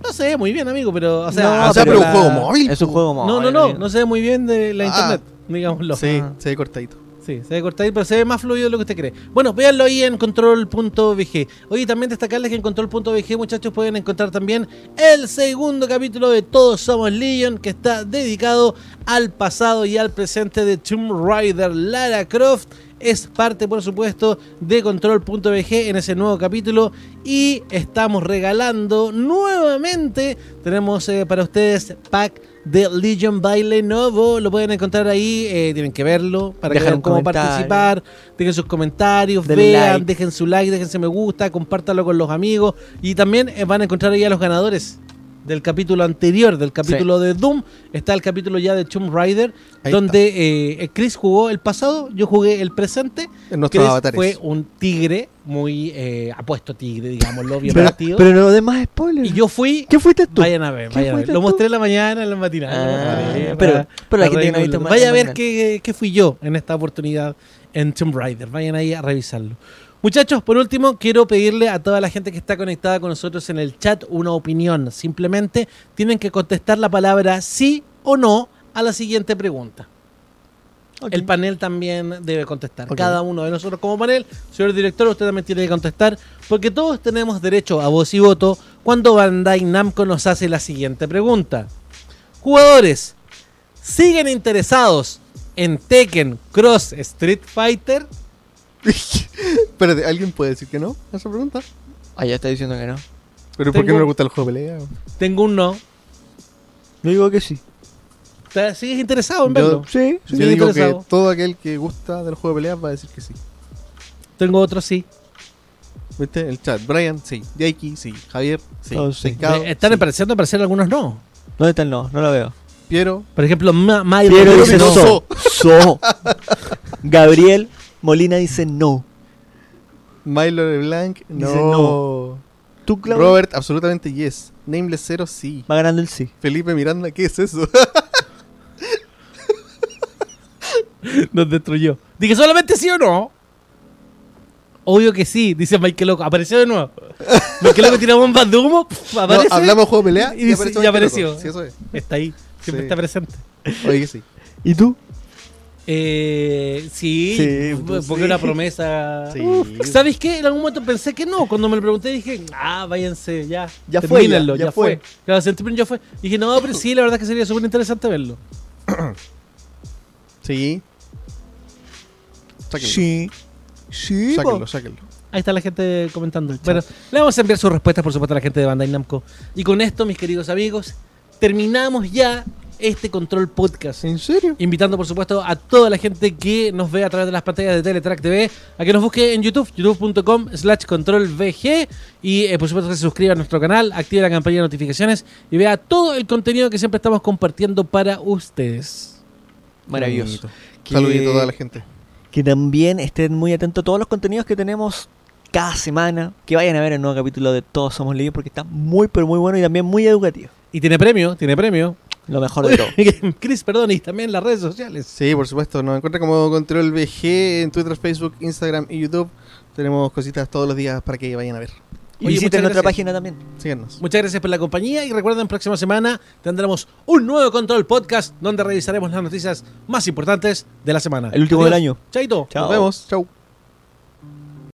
No se ve muy bien, amigo, pero... O sea,
No,
o sea,
pero un
la-
juego móvil,
Es un juego móvil.
no,
pues.
no, no, no se ve muy bien de la
Ah.
internet, digámoslo.
Sí,
Ah.
se ve cortadito.
Sí, se ve cortadito, pero se ve más fluido de lo que usted cree. Bueno, véanlo ahí en control.bg. Oye, también destacarles que en control.bg, muchachos, pueden encontrar también el segundo capítulo de Todos Somos Legion, que está dedicado al pasado y al presente de Tomb Raider Lara Croft. Es parte, por supuesto, de control.bg en ese nuevo capítulo. Y estamos regalando nuevamente. Tenemos eh, para ustedes pack de Legion by Lenovo. Lo pueden encontrar ahí. eh, tienen que verlo para que
Dejar
vean
un
cómo
comentario.
participar. Dejen sus comentarios,
Denle
vean,
like.
dejen su like, déjense me gusta, compártalo con los amigos. Y también eh, van a encontrar ahí a los ganadores del capítulo anterior, del capítulo de Doom. Está el capítulo ya de Tomb Raider,
Ahí
donde eh, Chris jugó el pasado, yo jugué el presente.
En nuestros
Chris
avatares.
fue un tigre, muy eh, apuesto tigre, digámoslo, bien
Pero,
partido.
pero no lo demás spoilers.
y yo fui
¿Qué fuiste tú?
Vayan a ver,
¿Qué
vayan a ver.
fuiste
Lo
tú?
mostré en la mañana, en la matinal. lo
Ah,
mostré,
pero-
para-
pero la
para
gente que no ha
reírnos.
visto más-
Vaya a
más
ver
grande.
qué, qué fui yo en esta oportunidad en Tomb Raider. Vayan ahí a revisarlo. Muchachos, por último, quiero pedirle a toda la gente que está conectada con nosotros en el chat una opinión. Simplemente tienen que contestar la palabra sí o no a la siguiente pregunta.
Ok.
El panel también debe contestar.
Ok.
Cada uno de nosotros como panel, señor director, usted también tiene que contestar, porque todos tenemos derecho a voz y voto cuando Bandai Namco nos hace la siguiente pregunta. Jugadores, ¿siguen interesados en Tekken Cross Street Fighter?
Espérate, ¿alguien puede decir que no a esa pregunta?
Ah, ya está diciendo que no.
¿Pero por qué
Tengo-
no le gusta el juego de pelea?
Tengo un no.
Yo digo que sí.
¿Te- ¿Sigues interesado en verlo?
Yo, sí,
Sí,
yo digo que
interesado.
todo aquel que gusta del juego de peleas va a decir que sí.
Tengo otro sí.
¿Viste? El chat. Brian, sí. Yaiki, sí. Javier, sí.
Oh, sí.
Senkado,
Eh, están
sí.
apareciendo, aparecer algunos no.
¿Dónde está el no? No lo veo.
Piero.
Por ejemplo, Ma Mayra
Piero
dice
dice
no.
no.
So.
So. Gabriel Molina dice no.
Milo LeBlanc,
Dice
no.
¿Tú, Claudio?
Robert, absolutamente yes. Nameless Zero, sí.
Va ganando el sí.
Felipe Miranda, ¿qué es eso?
Nos destruyó. Dije solamente sí o no. Obvio que sí, dice Michael Loco. Apareció de nuevo. Michael Loco tira bombas de humo. pf,
No,
aparece.
hablamos de juego de pelea
Y
y,
dice-
apareció.
y
Michael
apareció.
Loco. Sí, eso es.
Está ahí, siempre
Sí.
está presente.
Oye, que sí.
¿Y tú?
Eh, sí,
Sí,
p-
pues,
porque
sí.
una promesa.
Sí.
Uf, ¿Sabes qué? En algún momento pensé que no. Cuando me lo pregunté dije, ah, váyanse, ya.
Ya fue,
termínenlo,
ya, ya
fue.
fue.
Claro, Centurion ya fue. Dije, no, pero sí, la verdad es que sería súper interesante verlo.
Sí. Sáquenlo.
Sí. Sí. po.
Sáquenlo, sáquenlo.
Ahí está la gente comentando. Bueno, le vamos a enviar sus respuestas, por supuesto, a la gente de Bandai Namco. Y con esto, mis queridos amigos, terminamos ya este Control Podcast.
¿En serio?
Invitando, por supuesto, a toda la gente que nos ve a través de las pantallas de Teletrack TV a que nos busque en YouTube, youtube.com slash controlvg. Y, eh, por supuesto, que se suscriba a nuestro canal, active la campaña de notificaciones y vea todo el contenido que siempre estamos compartiendo para ustedes.
Maravilloso. Que-
Saludito a toda la gente.
Que también estén muy atentos a todos los contenidos que tenemos cada semana. Que vayan a ver el nuevo capítulo de Todos Somos Libres porque está muy, pero muy bueno y también muy educativo.
Y tiene premio, tiene premio.
Lo mejor de todo.
Chris, perdón, y también las redes sociales.
Sí, por supuesto. Nos encuentra como Control VG en Twitter, Facebook, Instagram y YouTube. Tenemos cositas todos los días para que vayan a ver.
y
Oye, muchas
visiten nuestra
gracias.
página también.
Síganos.
Muchas gracias por la compañía y recuerden, próxima semana tendremos un nuevo Control Podcast donde revisaremos las noticias más importantes de la semana.
El último del año.
Chaito.
Chao.
Nos vemos. Chau.